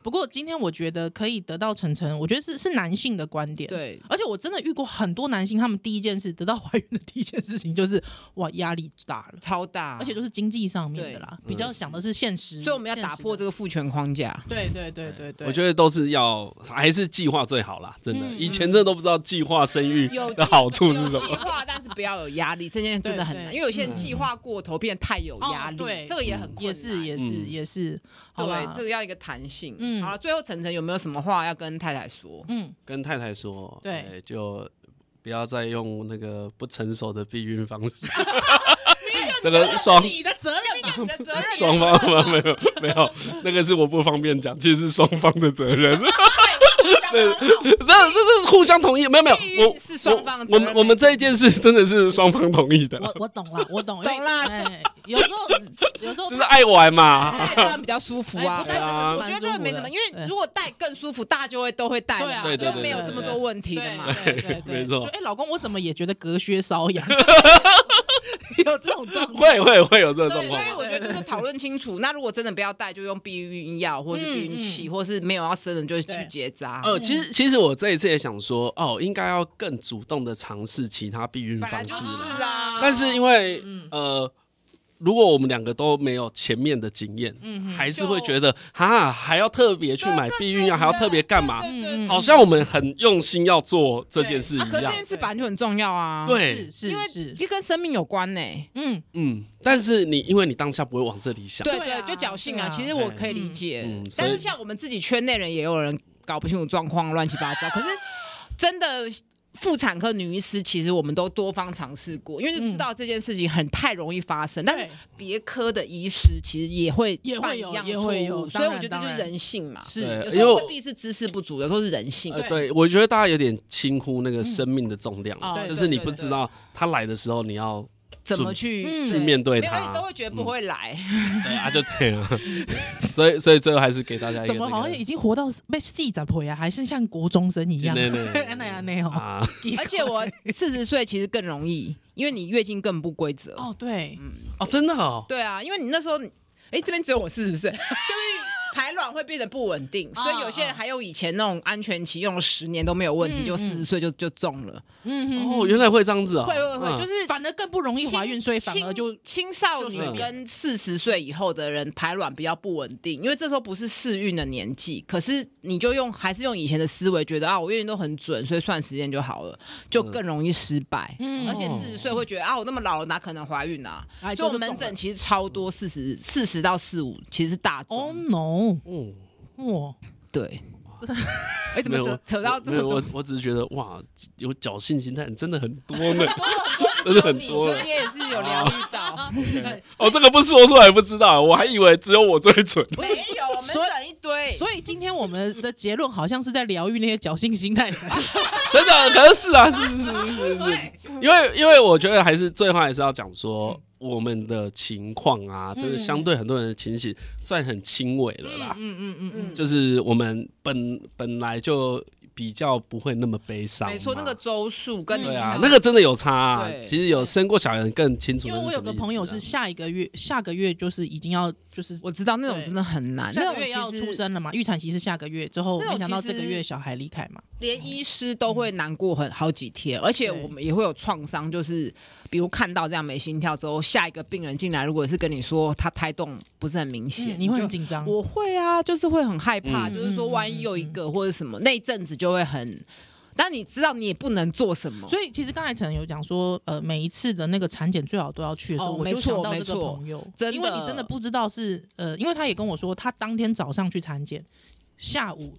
A: 不过今天我觉得可以得到晨晨，我觉得是是男性的观点。。
B: 对，
A: 而且我真的遇过很多男性，他们第一件事得到怀孕的第一件事情就是哇压力大了，
B: 超大，
A: 而且都是经济上面的
B: 对嗯
A: 啦，比较想的是现实，
B: 所以我们要打破这
A: 个。
B: 个父权框架。
A: 对对对对对，
C: 我觉得都是要还是计划最好啦，真的。
A: 嗯
C: 以前真的都不知道计划生育
B: 有
C: 的好处是什
B: 计
C: 么。嗯
B: 划，但是不要有压力，这件事真的很难，
A: 对对
B: 因为有些人计划过头变得太有压力，
A: 哦对
B: 这个也很困难
A: 也是也是
C: 嗯
A: 也是，好吧
B: 对，这个要一个弹性。
A: 嗯
B: 嗯，好了，最后晨晨有没有什么话要跟太太说？
A: 嗯，
C: 跟太太说，
A: 对
C: 哎，就不要再用那个不成熟的避孕方 式。 这个双
A: 你的责任吧。
B: 你的责任
C: 双方吗？没有没有，那个是我不方便讲，其实是双方的责任。
B: 对，得很好
C: 这这是互相同意，没有没有
B: 地域，
C: 我
B: 是双方责任
C: 我我们我们这一件事真的是双方同意的，
A: 我我懂了，我懂，因为
B: 懂啦
A: 哎，有时候 有时候
C: 就是爱玩嘛。
B: 带当然比较舒服
A: 哎
B: 啊
A: 不。带
C: 对啊
A: 真的是
B: 我觉得这个没什么，因为
A: 如
B: 如果带更舒服，大家就会都会带
A: 对啊
B: 了嘛，
C: 对对
B: 就
C: 对
B: 没有
C: 对
B: 这么
C: 对
B: 多问题的嘛。
A: 对对对对
C: 没错
A: 就哎，老公，我怎么也觉得隔靴搔痒，有这种状况。
C: 会会会有这个
B: 对，
C: 状
B: 所
C: 况
B: 以
C: 吗？
B: 我觉得这个讨论清 楚。那如果真的不要带，就用避孕药或是避孕器，或是没有要生的就去结扎。
C: 呃，其实其实我这一次也想说，哦，应该要更主动的尝试其他避孕
B: 本来
C: 方
B: 就
C: 式啦。
B: 是啊，
C: 但是因为
A: 嗯
C: 呃，如果我们两个都没有前面的经验，
A: 嗯哼
C: 还是会觉得哈还要特别去买避孕药，还要特别干嘛？
B: 对对
A: 嗯嗯
B: 对
C: 好像我们很用心要做这件事
B: 啊
C: 一
B: 可这
C: 样
B: 件。事本来就很重要啊。，
C: 对，
A: 是
B: 因为
A: 是是，
B: 这跟生命有关呢、
A: 嗯，
C: 嗯，但是你因为你当下不会往这里想，
B: 对
A: 对啊
B: 对，就侥幸
A: 对啊
B: 啊。其实我可以理解，
C: 嗯嗯所以
B: 但是像我们自己圈内人也有人搞不清楚状况，乱七八 糟。可是真的。妇产科女医师，其实我们都多方尝试过，因为就知道这件事情很太容易发生。但是
A: 对
B: 别科的医师其实也会
A: 也会
B: 犯一
A: 有
B: 样
A: 也
B: 错
A: 会有
B: 误
A: 当
B: 所以我
A: 然
B: 觉得
A: 当
B: 这就是
A: 然
B: 人性嘛。
A: 是
C: 对
B: 有
A: 有
B: 时
C: 因为
B: 候
C: 我
B: 未必是知识不足，有时候是人性。
C: 呃，
A: 对
C: 对，我觉得大家有点轻忽那个生命的重量
A: 嗯，哦
C: 就是
B: 嗯
C: 你
B: 对对
C: 不知道它来的时候，你 要
B: 怎么
C: 准
B: 去
A: 嗯
C: 去面对
B: 因
C: 嗯
B: 为而
C: 它
B: 且，都会觉得不会来。
C: 对啊，就对 了。所以，所以最后还是给大家一个
A: 怎么好像已
C: 经
A: 经活到被四十岁啊，还是像国中生一样？
C: 对对对
A: 安奈安奈哦，
C: 啊，
B: 而 且我四十岁其实更容易，因为你月经更不规则。
A: 哦对，
B: 嗯
C: 哦，真的哦，
B: 对啊，因为你那时候，哎，这边只有我四十岁， 就是排卵会变得不稳定，所以有些人还有以前那种安全期用了十年都没有问题，
A: 哦嗯
B: 就
A: 嗯
B: 四十岁就就中了。
A: 嗯哼
C: 哦，原来会这样子啊，
B: 会会会，
C: 嗯
B: 就是
A: 反而更不容易怀孕，
B: 青
A: 所以反而就
B: 青青少
A: 就
B: 女
A: 随
C: 便
B: 跟四十岁以后的人排卵比较不稳定，因为这时候不是适孕的年纪，可是你就用还是用以前的思维，觉得啊我月经都很准，所以算时间就好了，就
C: 嗯
B: 更容易失败。
A: 嗯
B: 而且四十岁会觉得啊我那么老了哪可能怀孕啊？
A: 哎
B: 所以我们门诊其实超多四十四十到四五，其实是大
A: 哦
B: 宗。
A: no，
C: 嗯，
A: 哇，
B: 对，
C: 哎，
B: 怎么扯扯到这么多
C: 我我只是觉得哇，有侥幸心态的人真的很 多呢，
B: 真
C: 真的
B: 的
C: 很多
B: 今。天也是有疗愈 到，
C: 哦，这个不说出来不知道，我还以为只有我最蠢。
B: 没有，我们
A: 所以
B: 诊一堆，
A: 所以今天我们的结论好像是在疗愈那些侥幸心态的人，
B: 嗯
C: 真的，可是是啊，是是是是是，因为因为我觉得还是最后还是要讲
A: 嗯
C: 说我们的情况啊，就是相对很多人的情形算很轻微了啦，
A: 嗯嗯嗯嗯，
C: 就是我们本本来就比较不会那么悲伤嘛，
B: 没错，那个周数跟你
C: 对
B: 遇，
C: 啊
B: 到
C: 那个真的有差、啊。
B: 对
C: 其实有生过小人更清楚、
A: 因为我有个朋友是，下一个月下个月就是已经要就是
B: 我知道那种
A: 对
B: 真的很难，
A: 下
B: 那
A: 个
B: 种
A: 月要
B: 其
A: 出
B: 实
A: 生了嘛，预产期是下个月之后，
B: 那种
A: 没想到这个
B: 其实
A: 月小孩离开嘛，
B: 连医师都会难过很好几天，而且
A: 嗯对
B: 我们也会有创伤，就是比如看到这样没心跳之后，下一个病人进来，如果是跟你说他胎动不是很明
A: 嗯
B: 显，
A: 你会
B: 就
A: 很紧张，
B: 我会啊，就是会很害怕，
C: 嗯
B: 就是说万一又一个或者什么，那一阵子就会很，但你知道你也不能做什么，
A: 所以其实刚才陈有讲说，呃，每一次的那个产检最好都要去的时候，
B: 哦
A: 我就
B: 没错
A: 想到这个
B: 没错
A: 朋友，
B: 真的
A: 因为你真的不知道是呃，因为他也跟我说，他当天早上去产检，下午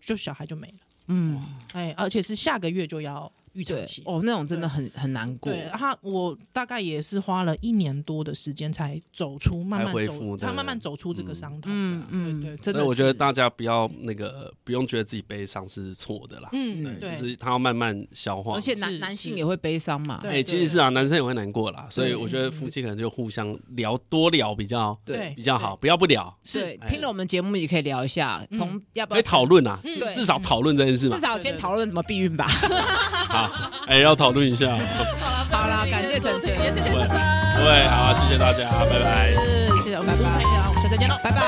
A: 就小孩就没了，
B: 嗯，
A: 哎，而且是下个月就要预产
B: 对
A: 期，。
B: 哦，那种真的很很难过，
A: 对他，我大概也是花了一年多的时间才走出，慢慢
C: 恢
A: 走，
C: 复
A: 他
C: 对
A: 慢慢走出这个伤痛。
B: 嗯嗯，
A: 对对
B: 真
C: 所
B: 的
C: 以
B: 是，
C: 我觉得大家不要那个不用觉得自己悲伤是错的啦，
A: 嗯，
C: 对，
A: 对，
C: 就是他要慢慢消化。
B: 而且
A: 是
B: 男男性
A: 是
B: 也会悲伤嘛，
A: 对
C: 哎、其实是啊，男生也会难过啦，所以
B: 对
C: 我觉得夫妻可能就互相聊多聊比较
A: 对
C: 比较好，不要不聊，
B: 对嗯
A: 是，
C: 哎
B: 听了我们节目也可以聊一下，从要不
C: 可
B: 要
C: 以讨，论啊，
A: 嗯
C: 至
B: 对
C: 至少讨论这件事嘛
B: 至。少先讨论怎么避孕吧。
C: 好，哎、要讨论一下。
B: 好啦， 感谢陈
A: 陈
B: 晨，
A: 也谢谢
C: 对
A: 陈晨，
C: 啊对，好，谢谢大家，拜拜。
A: 是谢谢，我们拜拜，我们下次再见喽，拜拜。